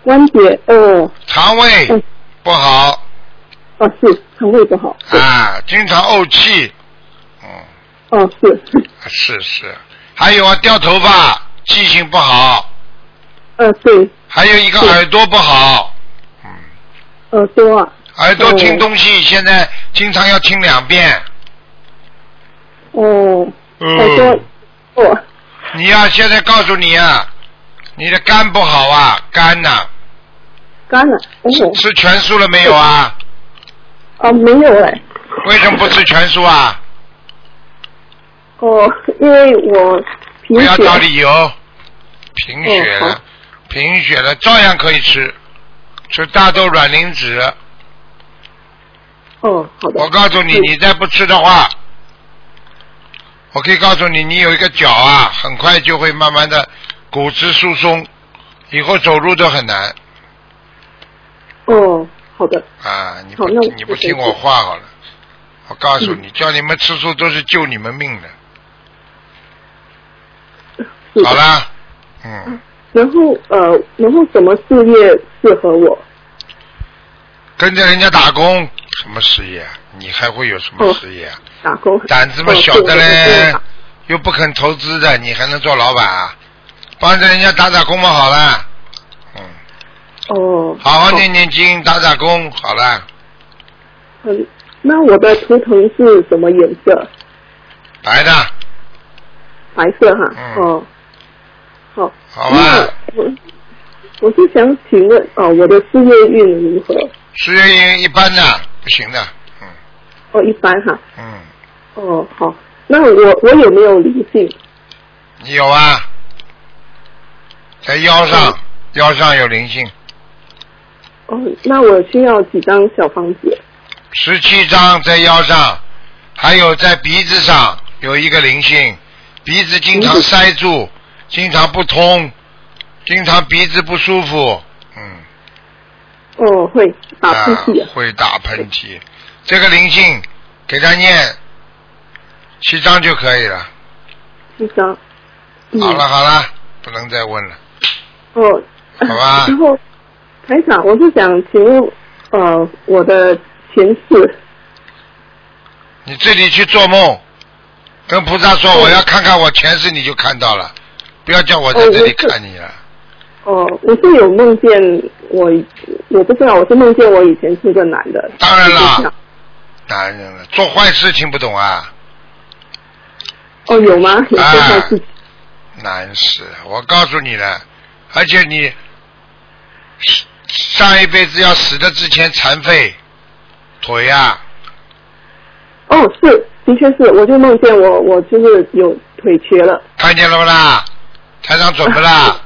Speaker 7: 关节哦
Speaker 1: 肠胃
Speaker 7: 嗯
Speaker 1: 不好
Speaker 7: 哦是肠胃不好
Speaker 1: 啊，经常怄气，嗯，
Speaker 7: 哦是
Speaker 1: 是是，还有啊，掉头发，记性不好，
Speaker 7: 呃对
Speaker 1: 还有一个耳朵不好，嗯，
Speaker 7: 耳朵啊
Speaker 1: 耳朵
Speaker 7: 哦
Speaker 1: 听东西现在经常要听两遍，
Speaker 7: 哦耳朵
Speaker 1: 嗯，
Speaker 7: 哦
Speaker 1: 你呀、现在告诉你啊，你的肝不好啊，肝呐、
Speaker 7: 干了哦
Speaker 1: 吃全素了没有啊？
Speaker 7: 啊没有哎。
Speaker 1: 为什么不吃全素啊？
Speaker 7: 哦，因为我贫
Speaker 1: 不要
Speaker 7: 血哦
Speaker 1: 找理由，贫血
Speaker 7: 嗯
Speaker 1: 了
Speaker 7: 好，
Speaker 1: 贫血了照样可以吃，吃大豆卵磷脂。
Speaker 7: 哦，好的。
Speaker 1: 我告诉你，
Speaker 7: 嗯
Speaker 1: 你再不吃的话，我可以告诉你，你有一个脚啊，很快就会慢慢的骨质疏松，以后走路都很难
Speaker 7: 哦，好的。
Speaker 1: 啊！你不
Speaker 7: 好那我
Speaker 1: 你不
Speaker 7: 就回
Speaker 1: 听我
Speaker 7: 去
Speaker 1: 话好了，我告诉
Speaker 7: 嗯
Speaker 1: 你，叫你们吃素都是救你们命的。
Speaker 7: 是的
Speaker 1: 好。啦，嗯，
Speaker 7: 然后呃，然后什么事业适合我？
Speaker 1: 跟着人家打工什么事业啊？你还会有什么
Speaker 7: 哦
Speaker 1: 事业啊？
Speaker 7: 打工。
Speaker 1: 胆子嘛
Speaker 7: 哦
Speaker 1: 小
Speaker 7: 对
Speaker 1: 的
Speaker 7: 我就是
Speaker 1: 嘞
Speaker 7: 打，
Speaker 1: 又不肯投资的，你还能做老板啊？帮着人家打打工嘛好了，嗯，
Speaker 7: 哦。
Speaker 1: 好啊好念念经，打打工好了，
Speaker 7: 嗯，那我的图腾是什么颜色？
Speaker 1: 白的，
Speaker 7: 白色哈。
Speaker 1: 嗯
Speaker 7: 哦。好。
Speaker 1: 好
Speaker 7: 那
Speaker 1: 吧？
Speaker 7: 我我是想请问哦，我的事业运如何？
Speaker 1: 事业运一般的，不行的，嗯
Speaker 7: 哦，一般哈。
Speaker 1: 嗯，
Speaker 7: 哦，好。那我我有没有灵性？
Speaker 1: 你有啊？在腰上，
Speaker 7: 嗯
Speaker 1: 腰上有灵性，
Speaker 7: 哦，那我需要几张小房子？
Speaker 1: 十七张在腰上，还有在鼻子上有一个灵性，鼻子经常
Speaker 7: 鼻子
Speaker 1: 塞住，经常不通，经常鼻子不舒服，嗯，
Speaker 7: 哦，会打
Speaker 1: 啊
Speaker 7: 喷嚏、啊。
Speaker 1: 会打喷嚏，这个灵性给他念七张就可以了。
Speaker 7: 七张。嗯、
Speaker 1: 好了。好了，不能再问了，
Speaker 7: 哦。
Speaker 1: 好吧
Speaker 7: 然后，台长，我是想请问，呃，我的前世，
Speaker 1: 你自己去做梦，跟菩萨说我要看看我前世，你就看到了，不要叫我在
Speaker 7: 哦
Speaker 1: 这里
Speaker 7: 我是
Speaker 1: 看你了。
Speaker 7: 哦、我是有梦见我，我不知道我是梦见我以前是个男的。
Speaker 1: 当然啦
Speaker 7: 就是这样
Speaker 1: 男人了，做坏事情不懂啊。
Speaker 7: 哦，有吗？有
Speaker 1: 啊
Speaker 7: 这件事情？
Speaker 1: 难死！啊我告诉你了，而且你上一辈子要死的之前残废，腿啊，
Speaker 7: 哦，是，的确是，我就梦见我，我就是有腿瘸了。
Speaker 1: 看见了不啦？台长准不啦？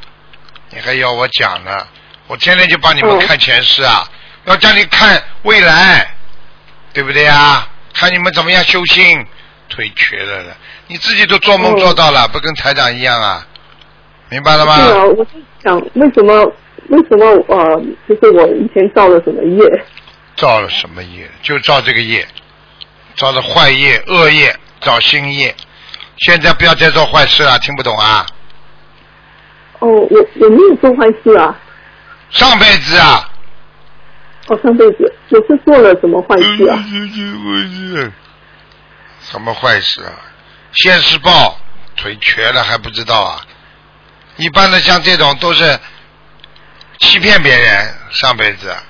Speaker 1: 你还要我讲呢？我天天就帮你们
Speaker 7: 哦
Speaker 1: 看前世啊，要叫你看未来，对不对啊？看你们怎么样修心，腿瘸了的，你自己都做梦
Speaker 7: 哦
Speaker 1: 做到了，不跟台长一样啊？明白了吗？
Speaker 7: 对啊，我就想为什么为什么呃，就是我以前造了什么业？
Speaker 1: 造了什么业？就造这个业，造的坏业、恶业，造新业。现在不要再做坏事了，听不懂啊？
Speaker 7: 哦，我我没有做坏事啊，
Speaker 1: 上辈子啊，
Speaker 7: 哦，上辈子我是做了什么坏事啊？
Speaker 1: 嗯什么坏事啊？现世报，腿瘸了还不知道啊？一般的像这种都是欺骗别人，上辈子啊、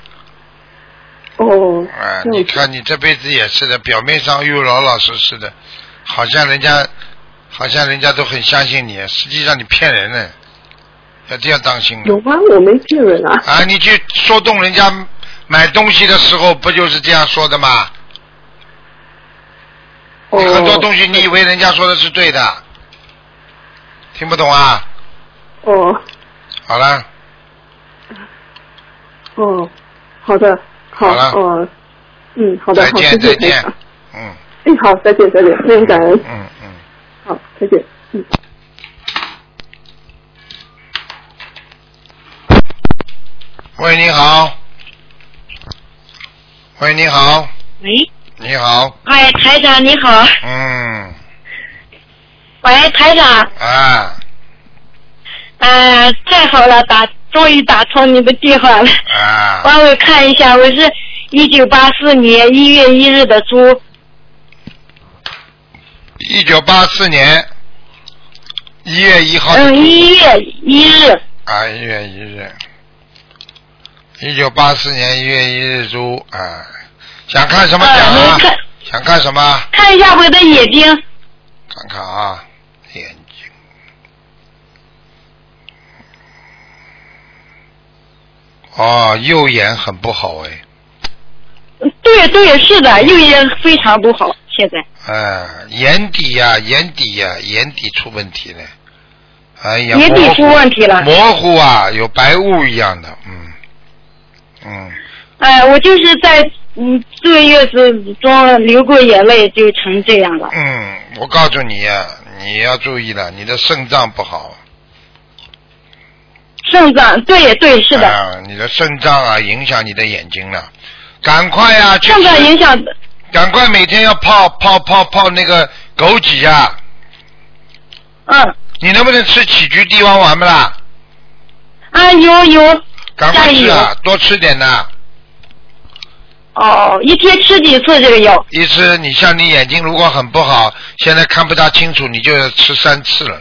Speaker 7: 哦，
Speaker 1: 啊
Speaker 7: 这样
Speaker 1: 你
Speaker 7: 子
Speaker 1: 看你这辈子也是的，表面上又老老实实的，好像人家好像人家都很相信你，实际上你骗人呢，要这样当心的
Speaker 7: 有吗？我没骗人啊。
Speaker 1: 啊！你去说动人家买东西的时候，不就是这样说的吗？
Speaker 7: 哦，
Speaker 1: 很多东西你以为人家说的是对的，听不懂啊？
Speaker 7: 哦
Speaker 1: 好了，
Speaker 7: 哦，好的，好，
Speaker 1: 好了
Speaker 7: 哦，嗯，好的，
Speaker 1: 再
Speaker 7: 好，谢
Speaker 1: 见
Speaker 7: 谢
Speaker 1: 再
Speaker 7: 台
Speaker 1: 见
Speaker 7: 长。，
Speaker 1: 嗯
Speaker 7: 哎，好，再见，再见，非常感恩。
Speaker 1: 嗯嗯。
Speaker 7: 好，再见。嗯。
Speaker 1: 喂，你好。喂，你好，
Speaker 4: 喂，
Speaker 1: 你好，
Speaker 4: 哎，台长你好，
Speaker 1: 嗯，
Speaker 4: 喂，台长，
Speaker 1: 啊
Speaker 4: 呃，太好了，打终于打通你的电话了。
Speaker 1: 啊，
Speaker 4: 帮我看一下，我是一九八四年一月一日的猪，
Speaker 1: 哦一九八四年一月一号的
Speaker 4: 嗯，一月一日，
Speaker 1: 啊，一月一日，一九八四年一月一日猪啊，想看什么
Speaker 4: 呃，
Speaker 1: 讲
Speaker 4: 能
Speaker 1: 啊？
Speaker 4: 看
Speaker 1: 想看什么？
Speaker 4: 看一下我的眼睛，
Speaker 1: 看看啊，眼睛。哦，右眼很不好哎，
Speaker 4: 对对，是的，右眼非常不好，现在，
Speaker 1: 啊，眼底呀、眼底呀、眼底出问题了。哎呀，
Speaker 4: 眼底出问题了
Speaker 1: 模糊，模糊啊，有白雾一样的，嗯，嗯，
Speaker 4: 哎、我就是在嗯这个月子中流过眼泪，就成这样了。
Speaker 1: 嗯，我告诉你呀、你要注意了，你的肾脏不好。
Speaker 4: 肾脏，对对，是的，
Speaker 1: 啊，你的肾脏啊，影响你的眼睛了。赶快呀、啊，去
Speaker 4: 肾脏
Speaker 1: 吃
Speaker 4: 影响。
Speaker 1: 赶快每天要泡泡泡泡那个枸杞呀、啊。
Speaker 4: 嗯，
Speaker 1: 你能不能吃杞菊地黄丸不啦？
Speaker 4: 啊，有有，
Speaker 1: 赶快吃啊，多吃点呐、
Speaker 4: 哦，一天吃几次这个药？
Speaker 1: 一吃你像你眼睛如果很不好，现在看不大清楚，你就要吃三次了，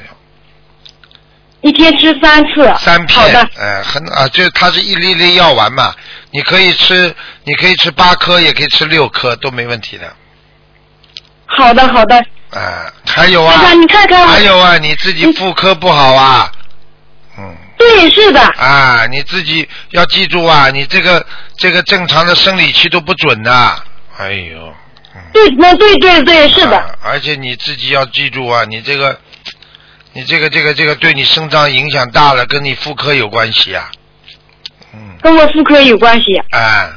Speaker 4: 一天吃三次。
Speaker 1: 三片
Speaker 4: 好的，，
Speaker 1: 呃，很啊，就是它是一粒粒药丸嘛，你可以吃，你可以吃八颗，也可以吃六颗，都没问题的。
Speaker 4: 好的，好的。
Speaker 1: 啊，还有
Speaker 4: 台
Speaker 1: 啊，
Speaker 4: 长，你看看
Speaker 1: 还
Speaker 4: 我。
Speaker 1: 有啊，你自己妇科不好啊，嗯。
Speaker 4: 对，是的，
Speaker 1: 啊，你自己要记住啊，你这个这个正常的生理期都不准的、哎呦，
Speaker 4: 对，那对对对，是的，
Speaker 1: 啊而且你自己要记住啊，你这个你这个这个这个对你肾脏影响大了，跟你妇科有关系啊。嗯，
Speaker 4: 跟我妇科有关系。
Speaker 1: 啊，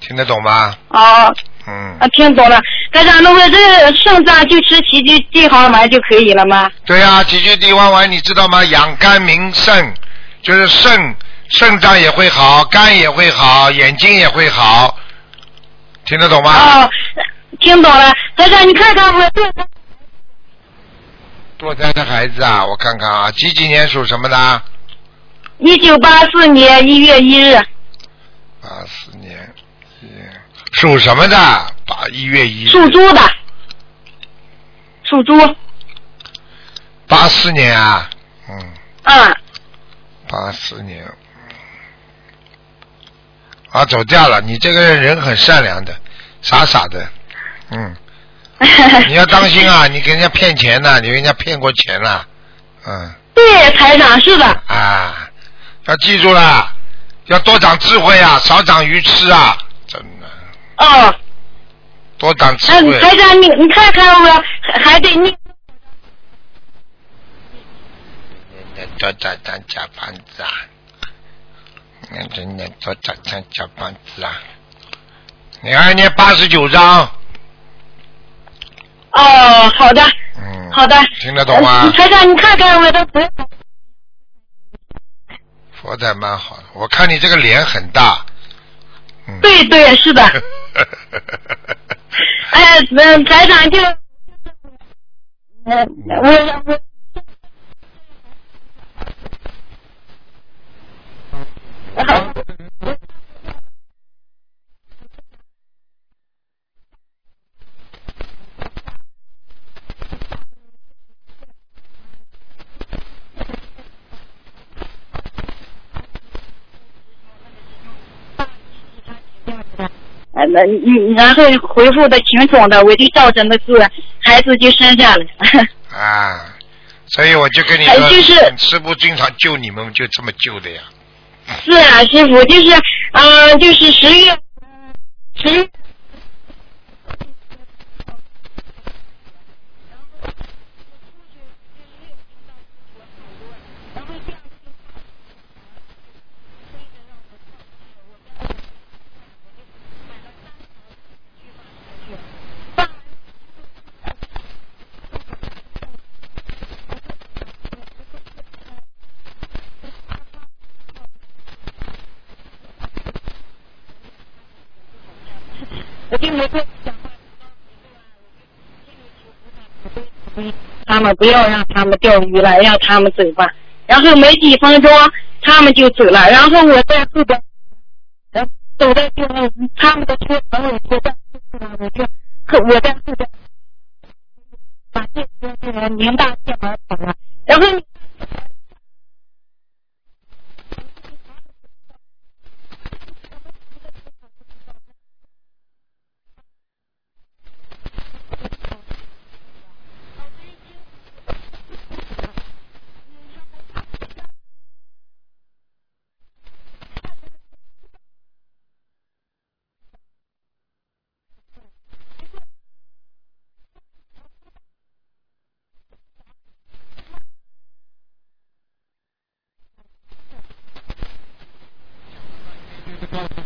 Speaker 1: 听得懂吗？
Speaker 4: 哦，
Speaker 1: 嗯，
Speaker 4: 啊，听懂了。台长，那我这肾脏就吃奇菊地黄丸就可以了吗？
Speaker 1: 对啊，杞菊地黄丸你知道吗？养肝明肾，就是肾肾脏也会好，肝也会好，眼睛也会好，听得懂吗？
Speaker 4: 哦，听懂了。台长，你看看我这
Speaker 1: 堕胎的孩子啊，我看看啊，几几年属什么的？
Speaker 4: 一九八四年一月一日
Speaker 1: 八四年，一属什么的？八一月一日，
Speaker 4: 属猪的，属猪，
Speaker 1: 八四年啊，嗯，
Speaker 4: 嗯，
Speaker 1: 八四年，啊，走掉了。你这个人很善良的，傻傻的， 嗯，你要当心啊，你给人家骗钱呐、你给人家骗过钱了、嗯
Speaker 4: 对，台长是的，
Speaker 1: 啊，要记住啦，要多长智慧啊，少长愚痴啊，真的，
Speaker 4: 哦，
Speaker 1: 多长智
Speaker 4: 嗯，
Speaker 1: 慧。啊
Speaker 4: 台长，你你看看我还还得念
Speaker 1: 那多找张小房子啊，那真的多找张小房子啊。你看，念八十九章，
Speaker 4: 哦，好的，
Speaker 1: 嗯，
Speaker 4: 好的，
Speaker 1: 听得懂吗
Speaker 4: 呃？台长，你看看我的朋友
Speaker 1: 佛台蛮好的，我看你这个脸很大，嗯，
Speaker 4: 对对，是的，哎，嗯、台长就，嗯、我我呃，那你然后回复的挺懂的，我就照着那个孩子就生下来了。
Speaker 1: 啊，所以我就跟你
Speaker 4: 哎
Speaker 1: 说，
Speaker 4: 就是
Speaker 1: 师傅经常救你们，就这么救的呀。
Speaker 4: 是啊，师傅，就是嗯、呃就是十月十月我就没跟他们不要让他们钓鱼了，让他们走吧。然后没几分钟，他们就走了。然后我在后边，然后走在就后，他们的车头我就在后边，我就后我在后边，把这些这个宁大卸门跑了。然后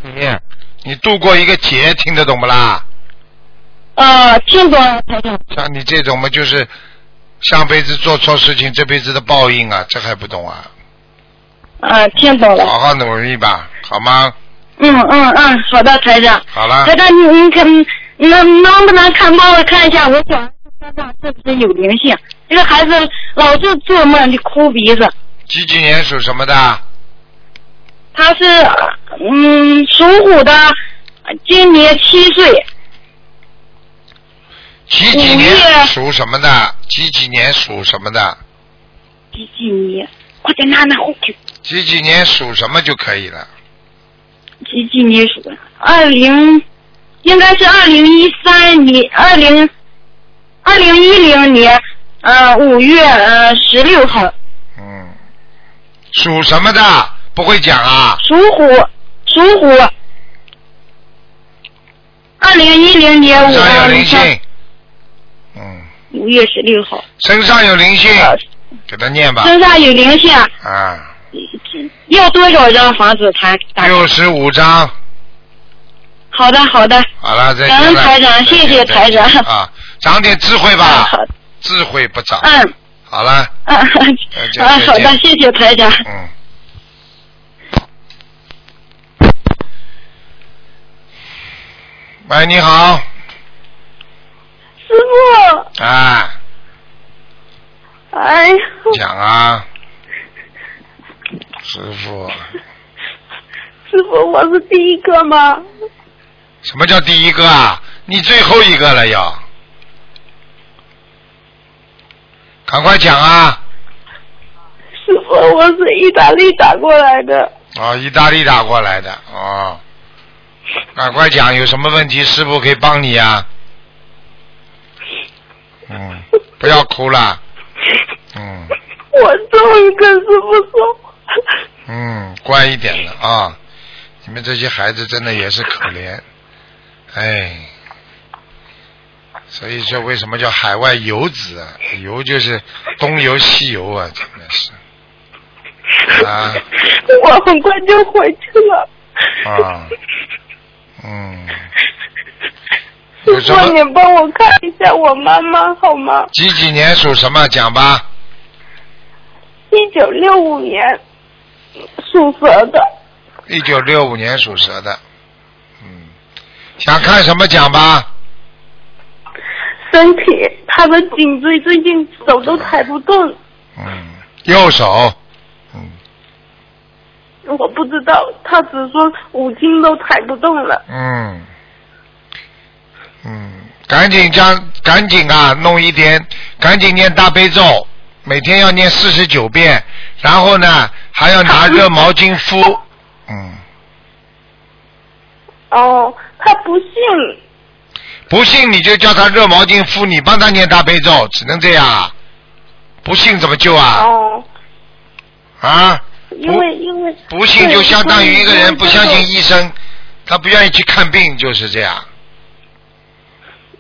Speaker 1: 你你度过一个劫，听得懂不啦？
Speaker 4: 呃，听懂了，台长。
Speaker 1: 像你这种嘛，就是上辈子做错事情，这辈子的报应啊，这还不懂啊？
Speaker 4: 呃，听懂了。
Speaker 1: 好好努力吧，好吗？
Speaker 4: 嗯嗯嗯，好的，台长。
Speaker 1: 好了
Speaker 4: 台，长，你你看，能能不能看帮我看一下我小儿子身上是不是有灵性？这个孩子老是做梦就哭鼻子，
Speaker 1: 几几年属什么的？
Speaker 4: 他是嗯属虎的，今年七岁，
Speaker 1: 几几
Speaker 4: 五月
Speaker 1: 年属什么的？几几年属什么的？
Speaker 4: 几几年？快点拿拿红纸，
Speaker 1: 几几年属什么就可以了。
Speaker 4: 几几年属的？二零，应该是二零一三年，二零二零一零年，呃五月呃十六号，
Speaker 1: 嗯，属什么的？不会讲啊？
Speaker 4: 属虎，属虎。二零一零年
Speaker 1: 身
Speaker 4: 五
Speaker 1: 上有
Speaker 4: 二
Speaker 1: 灵
Speaker 4: 零三
Speaker 1: 性。嗯，
Speaker 4: 五月十六号，
Speaker 1: 身上有灵性，
Speaker 4: 呃
Speaker 1: 给他念吧。
Speaker 4: 身上有灵性，
Speaker 1: 啊，
Speaker 4: 要多少张房子才打？
Speaker 1: 六十五张。
Speaker 4: 好的，好的，
Speaker 1: 好了，再
Speaker 4: 感
Speaker 1: 见
Speaker 4: 恩
Speaker 1: 了。
Speaker 4: 台长
Speaker 1: 再见
Speaker 4: 谢谢台长
Speaker 1: 再见啊，长点智慧
Speaker 4: 嗯
Speaker 1: 吧
Speaker 4: 好，
Speaker 1: 智慧不长。
Speaker 4: 嗯
Speaker 1: 好了，
Speaker 6: 啊
Speaker 1: 呃
Speaker 4: 嗯
Speaker 1: 再见
Speaker 4: 嗯，好
Speaker 1: 再见
Speaker 4: 的，谢谢台长。
Speaker 1: 嗯。喂，你好，
Speaker 6: 师傅，
Speaker 1: 啊，
Speaker 6: 哎，
Speaker 1: 讲啊，师傅，
Speaker 6: 师傅，我是第一个吗？
Speaker 1: 什么叫第一个啊？你最后一个了要，赶快讲啊！
Speaker 6: 师傅，我是意大利打过来的。
Speaker 1: 哦，意大利打过来的哦，赶快讲，有什么问题师傅可以帮你啊？嗯，不要哭了，嗯
Speaker 6: 我终于跟师傅说话，
Speaker 1: 嗯，乖一点了啊！你们这些孩子真的也是可怜，哎，所以说为什么叫海外游子啊？游就是东游西游啊，真的是。啊
Speaker 6: 我很快就回去了。
Speaker 1: 啊，嗯，有
Speaker 6: 师
Speaker 1: 什
Speaker 6: 傅，
Speaker 1: 么
Speaker 6: 你帮我看一下我妈妈好吗？
Speaker 1: 几几年属什么？讲吧。
Speaker 6: 一九六五年属蛇的，
Speaker 1: 一九六五年属蛇的，嗯，想看什么讲吧。
Speaker 6: 身体她的颈椎最近手都抬不动，
Speaker 1: 嗯，右手，嗯
Speaker 6: 我不知道，她只说五斤都抬不动了。
Speaker 1: 嗯嗯，赶紧将赶紧啊，弄一点，赶紧念大悲咒，每天要念四十九遍，然后呢还要拿热毛巾敷，嗯。
Speaker 6: 哦，她不信，
Speaker 1: 不信你就叫他热毛巾敷你，帮他念大悲咒，只能这样啊。不信怎么救啊？
Speaker 6: 哦，
Speaker 1: 啊？
Speaker 6: 因为因为
Speaker 1: 不信就相当于一个人不相信
Speaker 6: 医。
Speaker 1: 医生，他不愿意去看病，就是这样，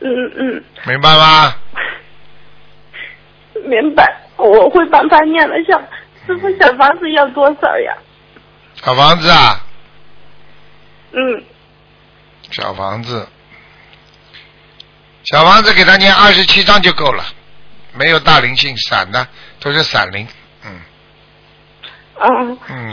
Speaker 6: 嗯嗯
Speaker 1: 明白吗？
Speaker 6: 嗯，明白，我会慢慢念的。像师傅小房子要多少呀？
Speaker 1: 小房子啊，
Speaker 6: 嗯，
Speaker 1: 小房子，小房子给他念二十七章就够了，没有大灵性，散的都是散灵，嗯
Speaker 6: 啊，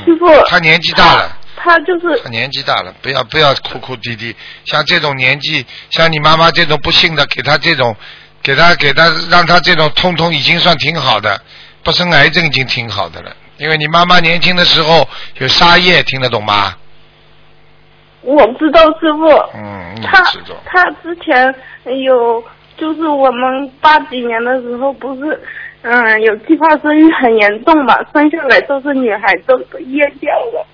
Speaker 6: 师
Speaker 1: 嗯
Speaker 6: 傅，，
Speaker 1: 他年纪大了。
Speaker 6: 他就是
Speaker 1: 他年纪大了，不要不要哭哭啼啼。像这种年纪，像你妈妈这种不幸的，给她这种，给她给她让她这种，通通已经算挺好的，不生癌症已经挺好的了。因为你妈妈年轻的时候有杀业，听得懂吗？
Speaker 6: 我知道师傅，
Speaker 1: 嗯，
Speaker 6: 他
Speaker 1: 你知道。
Speaker 6: 他之前有就是我们八几年的时候不是。嗯，有计划生育很严重嘛，生下来都是女孩，都是噎掉了。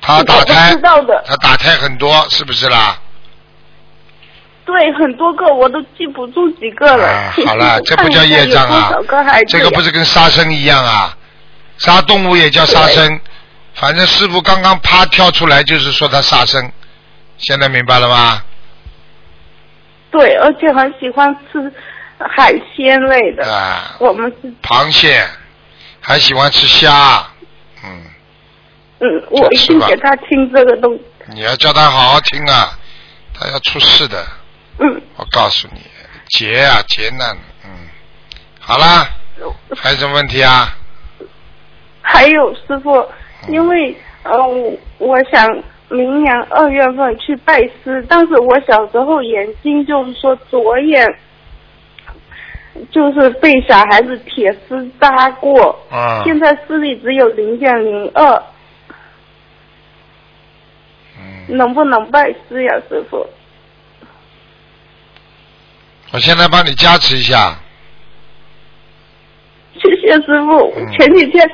Speaker 1: 他啊打
Speaker 6: 我
Speaker 1: 胎
Speaker 6: 不知，道的，
Speaker 1: 他打胎很多，是不是啦？
Speaker 6: 对，很多个我都记不住几个了。
Speaker 1: 啊，好 了，这不叫
Speaker 6: 看一下
Speaker 1: 业障啊
Speaker 6: 有多少个孩，子
Speaker 1: 这个
Speaker 6: 呀
Speaker 1: 不是跟杀生一样啊，杀动物也叫杀生，反正师傅刚刚啪跳出来就是说他杀生，现在明白了吗？
Speaker 6: 对，而且很喜欢吃海鲜类的。
Speaker 1: 啊，
Speaker 6: 我们是
Speaker 1: 螃蟹，还喜欢吃虾，嗯，
Speaker 6: 嗯，我一定给他听这个东，
Speaker 1: 你要叫他好好听啊，他要出事的，
Speaker 6: 嗯，
Speaker 1: 我告诉你，劫啊劫难，嗯，好啦，还有什么问题啊？
Speaker 6: 还有师
Speaker 1: 哦
Speaker 6: 傅，因为呃，我我想明年二月份去拜师，但是我小时候眼睛就是说左眼就是被小孩子铁丝扎过，
Speaker 1: 啊，
Speaker 6: 现在视力只有零点零二，
Speaker 1: 嗯。
Speaker 6: 能不能拜师呀，师傅？
Speaker 1: 我现在帮你加持一下，
Speaker 6: 谢谢师傅
Speaker 1: 嗯。
Speaker 6: 前几天、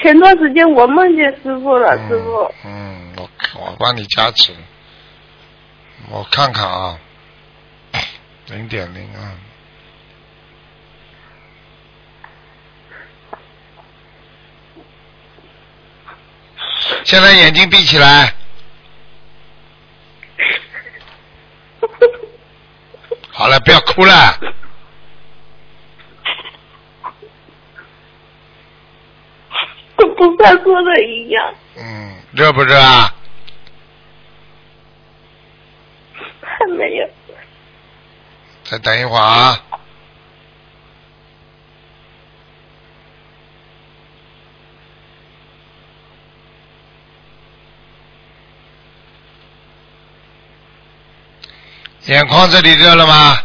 Speaker 6: 前段时间我梦见师傅了，
Speaker 1: 嗯
Speaker 6: 啊师傅。
Speaker 1: 嗯，我我帮你加持，我看看啊，零点零啊，现在眼睛闭起 来，好了，不要哭了。
Speaker 6: 跟菩萨说的一样，
Speaker 1: 嗯，热不热啊？
Speaker 6: 还没有。
Speaker 1: 再等一会儿啊。眼眶这里热了吗？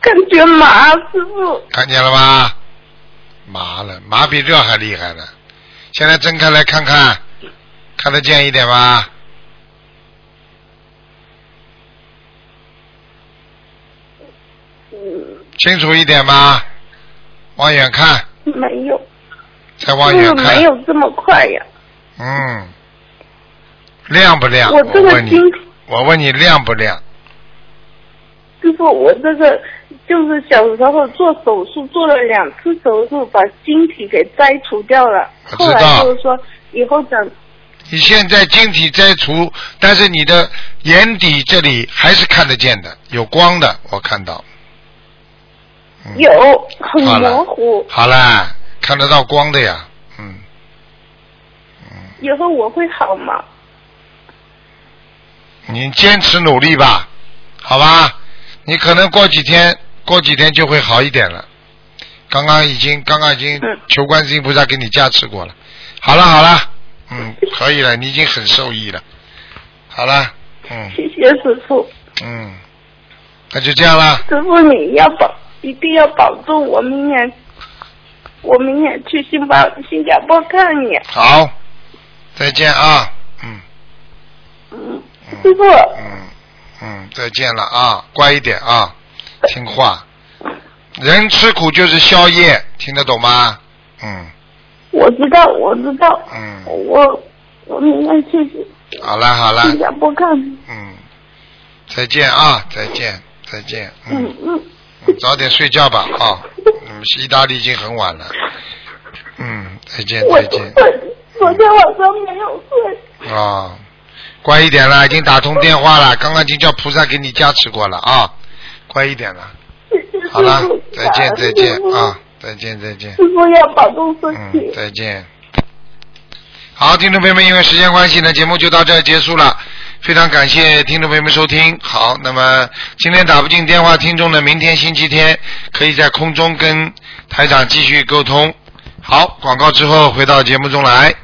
Speaker 6: 感觉麻，师傅。
Speaker 1: 看见了吗？麻了，麻比热还厉害呢。现在睁开来看看，看得见一点吗？
Speaker 6: 嗯，
Speaker 1: 清楚一点吗？往远看，
Speaker 6: 没有，
Speaker 1: 再往
Speaker 6: 师
Speaker 1: 远
Speaker 6: 傅
Speaker 1: 看。
Speaker 6: 没有这么快呀。
Speaker 1: 嗯，亮不亮？
Speaker 6: 我
Speaker 1: 我
Speaker 6: 这个
Speaker 1: 问你
Speaker 6: 经，，
Speaker 1: 我问你亮不亮？
Speaker 6: 师傅，我这个就是小时候做手术，做了两次手术，把晶体给摘除掉了。
Speaker 1: 我
Speaker 6: 后
Speaker 1: 知道
Speaker 6: 来就是说以后长，
Speaker 1: 你现在晶体摘除，但是你的眼底这里还是看得见的，有光的，我看到。嗯、
Speaker 6: 有很
Speaker 1: 好了
Speaker 6: 模糊，
Speaker 1: 好啦，看得到光的呀，嗯，
Speaker 6: 以后我会好吗？
Speaker 1: 你坚持努力吧，好吧？你可能过几天，过几天就会好一点了。刚刚已经，刚刚已经
Speaker 6: 嗯
Speaker 1: 求观世音菩萨给你加持过了。好了好了，嗯，可以了，你已经很受益了。好了，嗯
Speaker 6: 谢谢师傅。
Speaker 1: 嗯，那就这样了。
Speaker 6: 师傅，你要保，一定要保重。我明年，我明年去新巴新加坡看你。
Speaker 1: 好，再见啊，嗯
Speaker 6: 嗯，师
Speaker 1: 嗯
Speaker 6: 傅，
Speaker 1: 嗯嗯，再见了啊，乖一点啊，听话。人吃苦就是宵夜，听得懂吗？嗯。
Speaker 6: 我知道，我知道，
Speaker 1: 嗯，
Speaker 6: 我我明年去新
Speaker 1: 好了好了，
Speaker 6: 新
Speaker 1: 嗯
Speaker 6: 加坡看你。
Speaker 1: 嗯，再见啊，再见再见，
Speaker 6: 嗯
Speaker 1: 嗯
Speaker 6: 嗯，
Speaker 1: 嗯早点睡觉吧啊、嗯，意大利已经很晚了。嗯，再见
Speaker 8: 我
Speaker 1: 再见
Speaker 8: 我昨天晚上没有睡。
Speaker 1: 啊、乖一点啦，已经打通电话了，刚刚已经叫菩萨给你加持过了啊，乖一点了。好了，再见再见啊，再见再见。
Speaker 8: 师傅要保重身体。
Speaker 1: 嗯，再见。好，听众朋友们，因为时间关系呢，节目就到这儿结束了。非常感谢听众朋友们收听。好，那么今天打不进电话，听众呢，明天星期天可以在空中跟台长继续沟通。好，广告之后回到节目中来。